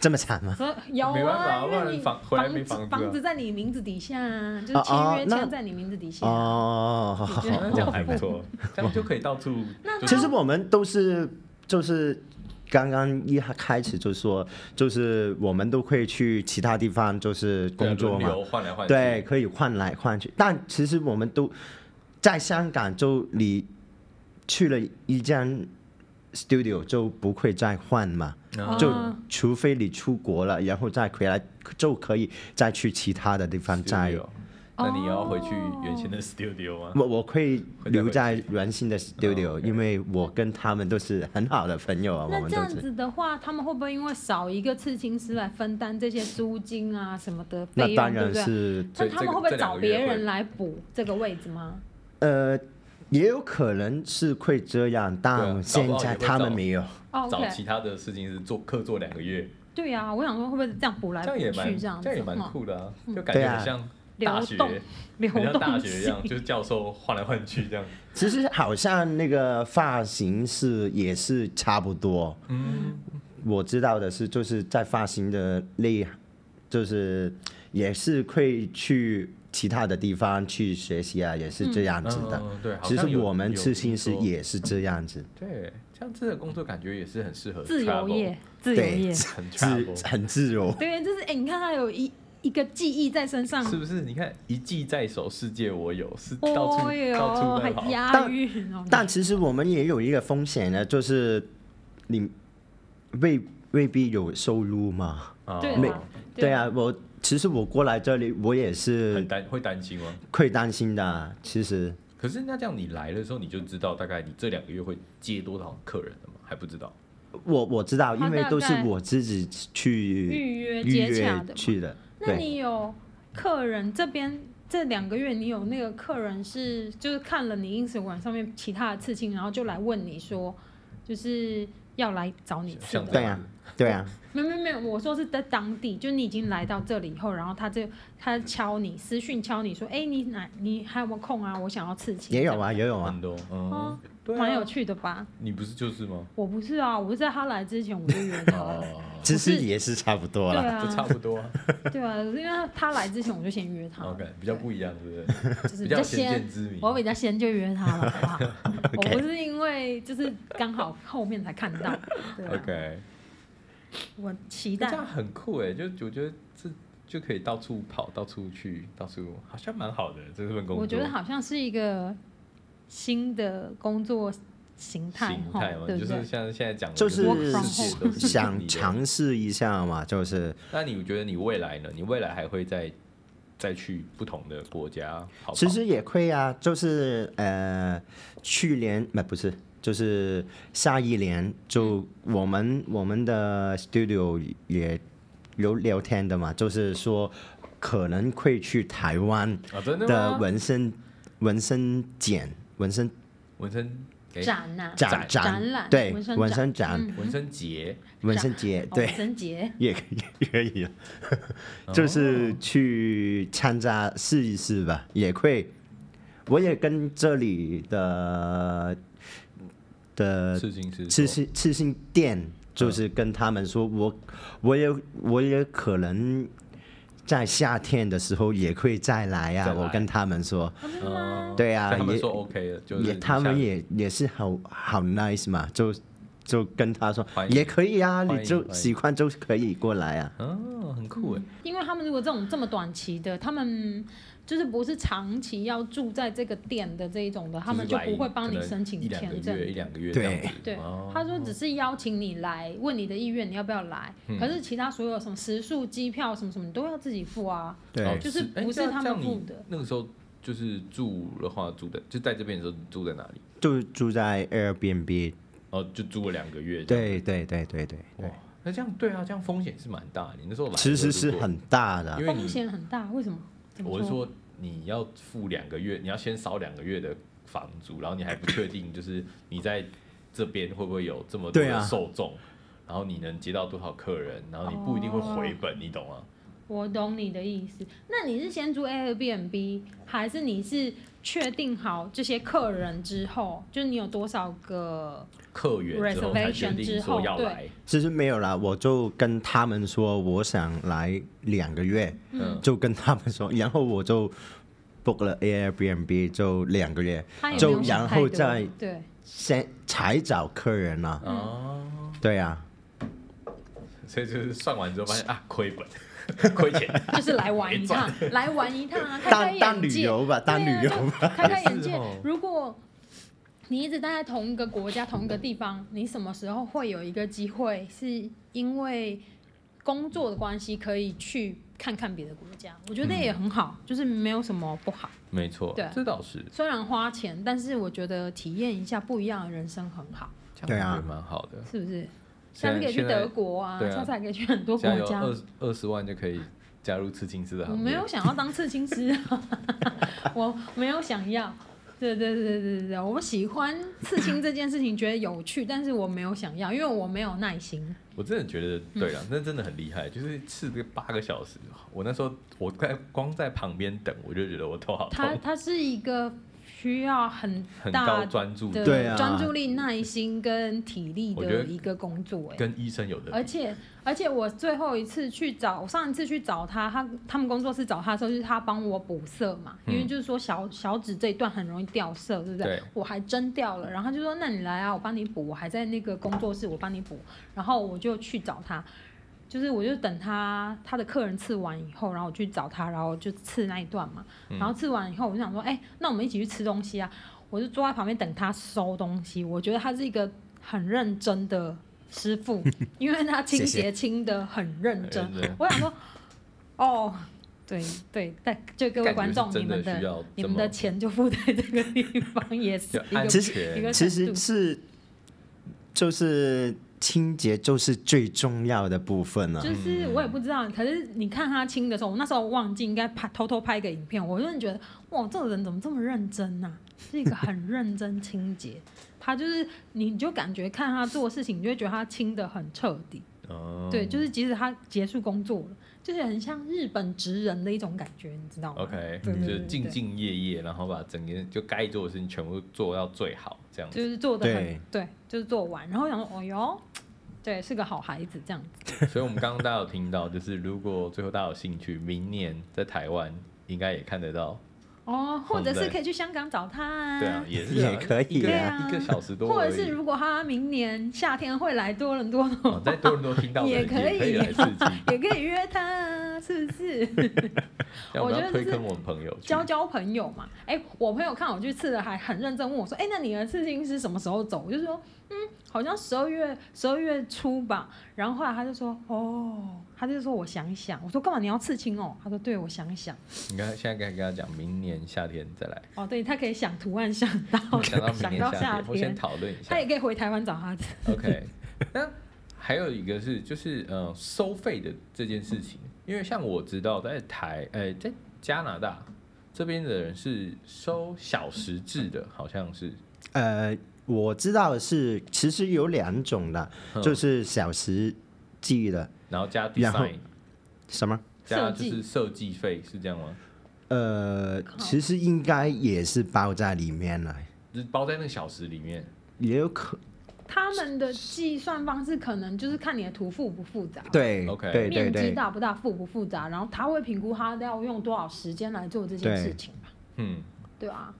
C: 这么惨吗？
B: 所
A: <laughs>
B: 以有
A: 没办法
B: 啊，因
A: 不然
B: 为你
A: 房回来没
B: 子
A: 房子啊
B: 房子在你名字底下啊，就是
C: 哦
B: 签约
C: 哦那
B: 签在你名字底下啊。
C: 哦，好好
B: 对啊
C: 好
A: <laughs> 那这样还不
B: <laughs>
A: 错，这样就可以到处。
B: 那
A: 就是
C: 其实我们都是就是刚刚一开始就说，就是我们都会去其他地方就是
A: 对啊
C: 工作
A: 轮
C: 嘛，
A: 流换来换去。
C: 对，可以换来换去。但其实我们都在香港，就你去了一间 studio 就不会再换嘛，
A: 啊
C: 就
B: 哦
C: 除非你出国了，然后再回来就可以再去其他的地方再。
A: studio 啊那你要回去原先
B: 哦
A: 的 studio 吗？
C: 我我会
A: 会再
C: 留
A: 回
C: 在原先的 studio，、
A: OK
C: 因为我跟他们都是很好的朋友啊，我
B: 那
C: 们
B: 这
C: 都
B: 样
C: 是。
B: 子的话，他们会不会因为少一个刺青师来分担这些租金啊什么的费
C: 那
B: 用，
C: 当
B: 对不
C: 然
B: 对？
C: 是，
A: 所
B: 那
A: 以
B: 他
A: 这个
B: 们会不会
A: 这两
B: 找
A: 个
B: 别
A: 月会
B: 人来补这个位置吗？
C: 呃，也有可能是会这样，
A: 对啊搞不好
C: 但现在
A: 也会
C: 他们
A: 找
C: 没有。
B: 哦
A: 找
B: ，OK，
A: 其他的事情是做客做两个月，
B: 对啊，我想说会不会这样补来
A: 这
B: 补
A: 样也蛮
B: 去这样子，
A: 样也蛮
B: 哈
A: 酷的啊，
B: 嗯
A: 就感觉
C: 对啊
A: 很像大
B: 流
A: 学，
B: 动流
A: 很像大
B: 动
A: 学一
B: 性
A: 样，就是教授换来换去这样。
C: 其实好像那个发型是也是差不多，
A: 嗯，
C: 我知道的是，就是在发行的类，就是也是会去其他的地方去学习啊，也是这样子的。
A: 嗯对，好
C: 其
A: 像
C: 实
A: 有
C: 我们
A: 有
C: 刺
A: 听
C: 青师
A: 说
C: 也是这样子，
A: 对，像这个工作感觉也是很适合
B: 自由
A: travel，
B: 业，自由
C: 对
B: 业，，
A: 很
C: 自
A: travel，
C: 很自由。
B: 对，就是哎、你看他有一一个记忆在身上，
A: 是不是？你看一记在手，世界我有，是到处、
B: 哦
A: 到
B: 哟，
A: 处在
B: 还
A: 跑。
B: 押
C: 但
B: 韵哦，
C: 但其实我们也有一个风险呢，就是你未未必有收入嘛。
A: 啊
B: 对
C: 没
B: 啦
C: 对，啊，我其实我过来这里，我也
A: 很
C: 是
A: 担会担心吗？
C: 会担心的。其实
A: 可是那这样你来的时候，你就知道大概你这两个月会接多少客人了吗？还不知道。
C: 我我知道，
B: 他
C: 因为
B: 大
C: 都是
B: 概
C: 我自己去
B: 预约
C: 预
B: 接洽
C: 约
B: 的嘛。
C: 去的。
B: 那
C: 对，
B: 你有客人这边这两个月，你有那个客人是就是看了你 Instagram 上面其他的刺青，然后就来问你说，就是要来找你刺
A: 像
B: 的？
A: 这
C: 对
A: 样
C: 啊
A: 子，
C: 对啊，
B: 没有没有没有，我说是在当地，就你已经来到这里以后，然后他就他敲你私讯敲你说，哎、你哪你还有没有空啊？我想要刺青。
C: 也有啊，也有啊
A: 很。多，嗯
B: 哦，
A: 对啊
B: 蛮有趣的吧？
A: 你不是就是吗？
B: 我不是啊，我是在他来之前我就约他了。
A: 哦，
C: 其实
B: 我是
C: 也是差不多
B: 啊对
C: 啦。
A: 就差
B: 啊，
A: 不多啊。
B: 对啊，因为他来之前我就先约他了
A: OK，比较不一样，对
B: <laughs>
A: 不对？
B: 就是
A: 比
B: 比
A: 较
B: 较
A: 有
B: 先
A: 先见之明。
B: 我比较先就约他了，好不
A: <laughs>
B: 好？我
C: OK
B: 不是因为就是刚好后面才看到，对啊
A: OK，
B: 我期
A: 这
B: 待
A: 样很酷哎，就我觉得这就可以到处跑，到处去，到处好像蛮好的这份工作。
B: 我觉得好像是一个新的工作形态
A: 形
B: 哈
A: 态嘛，，
B: 对
A: 就
B: 不对
A: 是？像现在讲的，
C: 就
B: Work
C: 是
B: from
A: 世界
B: home
A: 都是
C: 想
A: 你的
C: 尝试一下嘛，就是
A: 那你觉得你未来呢？你未来还会再再去不同的国家跑跑？
C: 其实也会啊，就是呃，去年呃不是，就是下一年就
B: 嗯
C: 我们我们的 studio 也有聊天的嘛，就是说可能会去台湾
A: 啊，真的
C: 的
A: 吗？
C: 纹身纹身展纹身
A: 纹身给
B: 展啊呐，
C: 展
A: 展
B: 展览
C: 对
B: 纹身
C: 纹
B: 展
C: 身展
B: 嗯
A: 纹身节，
C: 纹身节
B: 哦
C: 对 <laughs>
B: 纹。身节，
C: 也可以也可以啊， <laughs> 就是去参加试一试吧，也会，我也跟这里的的
A: 刺青是
C: 呃刺青刺青店，就是跟他们说，我我也我也可能在夏天的时候也会再来呀、
A: 再
C: 啊，
A: 来
C: 我跟他们说，
A: 嗯，
C: 对啊
A: 所以他们
C: 也
A: 说 OK 了，就是
C: 也
A: 你
C: 他
A: 下
C: 们
A: 次
C: 也也是好好 nice 嘛，就就跟他说
A: 欢迎
C: 也可以啊，
A: 欢迎
C: 你就
A: 欢迎
C: 喜欢就可以过来啊。
A: 哦，很酷哎，
B: 因为他们如果这种这么短期的，他们就是不是长期要住在这个店的这一种的，他们
A: 就
B: 就是
A: 来
B: 不会帮
A: 可
B: 你
A: 能
B: 申请
A: 一两个
B: 签证
A: 月，一两个月这
C: 对
A: 样子。
B: 对
A: 哦，
B: 他说只是邀请你来，问你的意愿，你要不要来？
C: 嗯
B: 可是其他所有什么食宿、机票什么什么，你都要自己付啊。
C: 对
A: 哦
B: 就是
A: 哎
B: 不
A: 这样
B: 是他
A: 这样
B: 们
A: 你
B: 付的
A: 那个时候就是住的话，住的就在这边的时候住在哪里？
C: 就住在 Airbnb。
A: 哦，就住了两个月。，
C: 对对对对对
A: 哇
C: 对，，
A: 那这样对啊，这样风险是蛮大的。你那时候来的
C: 其
A: 时候
C: 实
A: 就是做
C: 很大的
A: 因。为
B: 风
A: 你
B: 险很大，为什么？怎么
A: 我是说，你要付两个月，你要先少两个月的房租，然后你还不确定，就是你在这边会不会有这么多
C: 对
A: 的
C: 啊
A: 受众，然后你能接到多少客人，然后你不一定会回本，你懂
B: 哦
A: 吗？
B: 我懂你的意思。那你是先租 Airbnb，还是你是确定好这些客人之后，就是你有多少个？
A: 客源之后才决
B: Reservation
A: 定
B: 之
A: 说
B: 后
A: 要
B: 对
A: 来，
C: 其实没有啦，我就跟他们说我想来两个月，
A: 嗯，
C: 就跟他们说，然后我就 book 了 Airbnb 就两个月，
B: 他也没
C: 就
B: 有想
C: 然
B: 太
C: 后
B: 多
C: 再
B: 对，
C: 先才找客人啦、
B: 嗯
A: 哦，
C: 对啊，
A: 所以就是算完之后发现啊，亏本，亏钱，
B: 就是来玩一
C: <laughs>
B: 趟，来玩一趟啊，开开
C: 当当
B: 眼
C: 旅
B: 界。
C: 游吧，当
B: 对
C: 旅游
B: 啊就
C: 吧。
B: 开开眼
A: 也
B: 界
A: 是哦。
B: 如果你一直待在同一个国家、同一个地方，你什么时候会有一个机会，是因为工作的关系可以去看看别的国家？我觉得也很好，就是没有什么不好。
A: <laughs> 没错
B: 对，啊
A: 这倒是，
B: 虽然花钱，但是我觉得体验一下不一样的人生很好，
A: 这
C: 对
A: 样
C: 啊
A: 我觉得蛮好的。
B: 是不是？
A: 现
B: 下次可
A: 在
B: 以去
A: 现在
B: 德国啊，
A: 对啊
B: 下次还可以去很多
A: 现在
B: 国
A: 有
B: 家。
A: 二二十万就可以加入刺青师的
B: 我
A: 行
B: 没
A: 列，
B: 有想要当刺青师，啊 <laughs> 我没有想要。对对对对对对，我喜欢刺青这件事情，觉得有趣，但是我没有想要，因为我没有耐心。
A: 我真的觉得，
B: 嗯
A: 对了，那真的很厉害，就是刺这个八个小时，我那时候我在光在旁边等，我就觉得我头好
B: 它
A: 痛。
B: 它是一个需要很
A: 哦很
B: 大
A: 高专注
B: 的
A: 的，
C: 对啊
B: 专注力、耐心跟体力
A: 我觉得
B: 的一个工作、哎，
A: 跟医生有的
B: 而且而且我最后一次去找，我上一次去找他，他他们工作室找他的时候，就是他帮我补色嘛，因为
A: 嗯
B: 就是说小小指这一段很容易掉色，对不对？
A: 对
B: 我还真掉了，然后他就说那你来啊，我帮你补，我还在那个工作室，我帮你补，然后我就去找他。就是我就等他他的客人刺完以后，然后我去找他，然后就刺那一段嘛。
A: 嗯
B: 然后刺完以后，我就想说，哎、那我们一起去吃东西啊！我就坐在旁边等他收东西。我觉得他是一个很认真的师
A: <laughs>
B: 傅，因为他清
D: 谢
B: 洁清的很认真。
A: 很认真
B: 我想说，哦，对对，但就各
A: 感觉
B: 位观
A: 是
B: 众，你
A: 真的
B: 们
A: 需要
B: 你
A: 这
B: 们的
A: 么
B: 钱就付在这个地方，也是
A: 有 <laughs>
B: 一
A: 安
B: 个
C: 其实
A: 全
B: 一个
C: 其
B: 程
C: 实
B: 度
C: 是就是清洁就是最重要的部分
A: 啊
C: 了、
B: 就是我也不知道，可是你看他清的时候，我那时候忘记应该拍偷偷拍一个影片，我真的觉得哇，这个人怎么这么认真呐、啊是一个很认真清洁，他就是你就感觉看他做事情，你就会觉得他清的很彻底，
A: 哦
B: 对，就是即使他结束工作了，就是很像日本职人的一种感觉，你知道吗
A: OK，
B: 对对
A: 就
B: 对
A: 是
B: 对
A: 兢兢业业，然后把整个就该做的事情全部做到最好，这样子。 <laughs>
B: 就是做的很
C: 对
B: 就是做完，然后想说哦哟，对，是个好孩子这样子，
A: 所以，我们刚刚大家有听到，就是如果最后大家有兴趣，明年在台湾应该也看得到。
B: 哦，或者
A: 好对
B: 是可以去香港找他、
A: <laughs>
B: 啊
A: 对啊，
C: <laughs>
A: 也是啊
C: 也可以
A: 一个
B: 对啊
A: 一个小时多
B: 或
A: 而
B: 者是
A: 已。
B: 如果他明年夏天会来多
A: <laughs>
B: 伦多的
A: 哦，在多伦多听 <laughs> 到的
B: 也
A: 人
B: 可以
A: 以啊来刺激，
B: 也可以约他啊，是不是？
A: 要不
B: 我觉
A: 要
B: 得
A: 推
B: 就是
A: 坑我们朋友去
B: 交？交朋友嘛。哎、我朋友看我去刺了，还很认真问我说：“哎、那你的刺青是什么时候走？”我就说：“嗯，好像十二月十二月初吧。”然后后来他就说：“哦，他就说我想一想。”我说：“干嘛你要刺青哦？”他说：“对，我想一想。
A: 你看，现在可以跟他讲，明年夏天再来。”
B: 哦，对，他可以想图案，想到
A: <laughs> 哦想到明
B: 想
A: 年
B: 到
A: 夏
B: 夏
A: 天，我先
B: 天，
A: 讨论一下
B: 他。也可以回台湾找他。
A: OK，那 <laughs> 还有一个是就是呃收费的这件事情，因为像我知道在台呃在加拿大这边的人是收小时制的，好像是
C: 呃，我知道的是其实有两种的，
A: 嗯
C: 就是小时计的
A: 然后加
C: 然后
A: design
C: 什么？
A: 加
B: 设
A: 就
B: 计
A: 是设计费是这样吗？
C: 呃，其实应该也是包在里面了，
A: 就是包在那个小时里面。
C: 也有可
B: 他们的计算方式可能就是看你的图复不复杂，
C: 对
A: OK
C: 对对
B: 面积
C: 对，
B: 大不大、复不复杂，然后他会评估他要用多少时间来做这件
C: 对
B: 事情吧，
A: 嗯，
B: 对啊，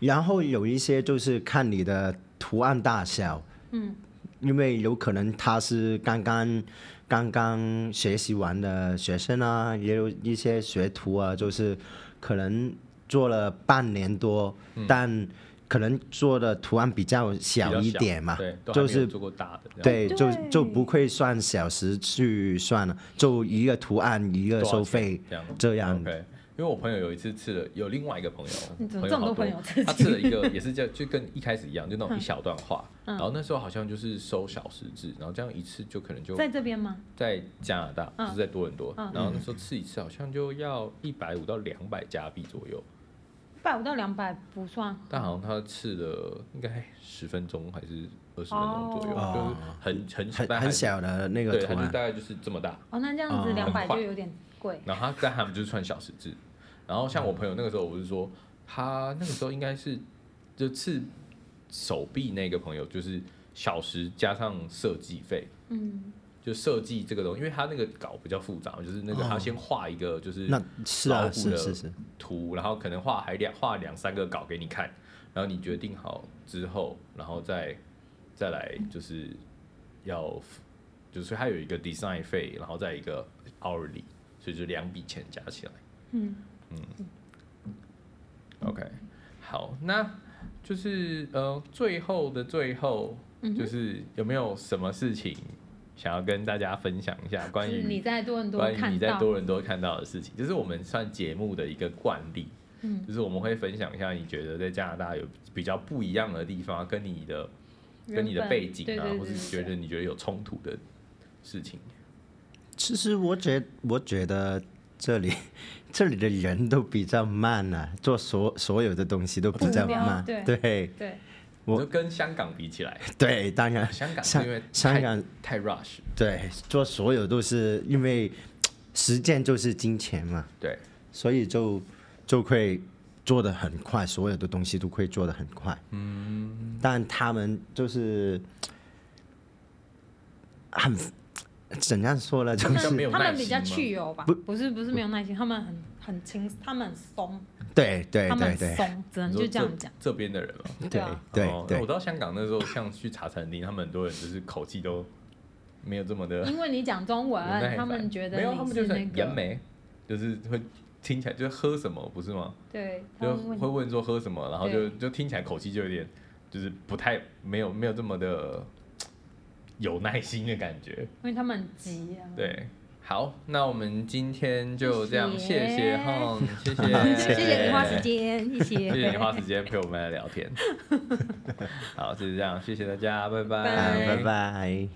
C: 然后有一些就是看你的图案大小，
B: 嗯，
C: 因为有可能他是刚刚刚刚学习完的学生啊，也有一些学徒啊，就是可能做了半年多，
A: 嗯
C: 但可能做的图案比较
A: 比
C: 小
A: 较
C: 一点嘛，
A: 对，都还
C: 就
A: 没有
C: 是
A: 做过大的，，
C: 对，就
B: 对
C: 就不会算小时去算了，就一个图案一个
A: 多少钱
C: 收费
A: 这样
C: 这样
A: OK，因为我朋友有一次吃了，有另外一个朋友，
B: 你怎么
A: 朋
B: 这么
A: 友
B: 多
A: 好
B: 朋
A: 多
B: 友刺
A: <laughs> 他
B: 青
A: 吃
B: <laughs>
A: 了一个，也是这样，就跟一开始一样，就那种
B: 嗯
A: 一小段话。
B: 嗯
A: 然后那时候好像就是收小时制，然后这样一次就可能就
B: 在这边吗？
A: 在加拿大，
B: 嗯
A: 就是在多伦多。
B: 嗯
A: 然后那时候吃一次好像就要一百五到两百加币左右，
B: 一百五到两百不算，
A: 但好像他吃了应该十分钟还是二十分钟左右，
C: 哦
A: 就是很很
C: 很
A: 但还
C: 很
A: 是
C: 小的那个
A: 对，他
C: 图
A: 就
C: 案
A: 大，概就是这么大。
B: 哦，那这样子
C: 哦
B: 两百
A: 很快
B: 就有点贵，
A: 然后他但他们就是穿小十字。然后像我朋友那个时候，我是说他那个时候应该是就刺手臂那个朋友，就是小时加上设计费，
B: 嗯，
A: 就设计这个东西，因为他那个稿比较复杂，就是那个
C: 哦
A: 他先画一个就是
C: 那是
A: 老
C: 啊
A: 虎
C: 是
A: 的
C: 是是，
A: 图，然后可能画还两画两三个稿给你看，然后你决定好之后，然后再再来就是要付就是他有一个 design 费，然后再一个 hourly，所以就两笔钱加起来。
B: 嗯
A: 嗯。OK，好，那就是呃，最后的最后，
B: 嗯哼
A: 就是有没有什么事情想要跟大家分享一下关
B: 就是你
A: 于
B: 在多伦多
A: 关于
B: 看
A: 你在
B: 到，
A: 多伦多看到的事情？就是我们算节目的一个惯例，
B: 嗯，
A: 就是我们会分享一下你觉得在加拿大有比较不一样的地方，跟你的跟你的
B: 原本
A: 背景
B: 对
A: 啊，
B: 对对
A: 或是觉
B: 对
A: 得你觉得有冲突的事情。
C: 其实我觉我觉得这里 <laughs> 这里的人都比较慢啊，做所所有的东西都比较慢。
B: 步调
C: 对
B: 对，
C: 我
A: 就跟香港比起来，
C: 对，当然
A: 香港是
C: 香
A: 因为
C: 香
A: 太
C: 港
A: 太 rush，
C: 对做所有都是因为时间就是金钱嘛，
A: 对，
C: 所以就就会做的很快，所有的东西都可以做的很快。嗯，但他们就是很怎样说呢？就
A: 比较
C: 是
A: 没有
B: 他
A: 耐
B: 们
A: 心
B: 比较
A: 吗
B: 去油吧，
C: 不
B: 不是不是没有耐心，他们很很轻，他们很松，
C: 对对
B: 他们
C: 对
B: 很
C: 对
B: 松，只能
A: 你
B: 嗯就
A: 说
B: 这样讲。
A: 这边的人嘛。
B: 对
C: 对
B: 啊
A: 哦
C: 对
A: 那我
C: 对，
A: 到香港那时候，像去茶餐厅，他们很多人就是口气都没有这么的
B: 因为你讲中
A: 不耐
B: 文，
A: 烦
B: 他们觉得
A: 没有，他
B: 你
A: 们就是是
B: 那
A: 很严
B: 个
A: 眉，就是会听起来就是喝什么不是吗？
B: 对，他
A: 就
B: 们
A: 会
B: 问
A: 问说喝什么，然后就
B: 对
A: 就听起来口气就有点就是不太没有没有这么的有耐心的感觉。
B: 因为他们很急啊。
A: 对，好，那我们今天就这样，
B: 谢
A: 谢
B: 谢
A: 谢哈，
B: <laughs>
A: 谢谢
B: 谢谢你花时，间，谢谢，
A: 谢谢你花时间陪我们
B: <laughs>
A: 来聊天。好，就是这样，谢谢大家，拜
B: 拜
C: 啊，拜拜。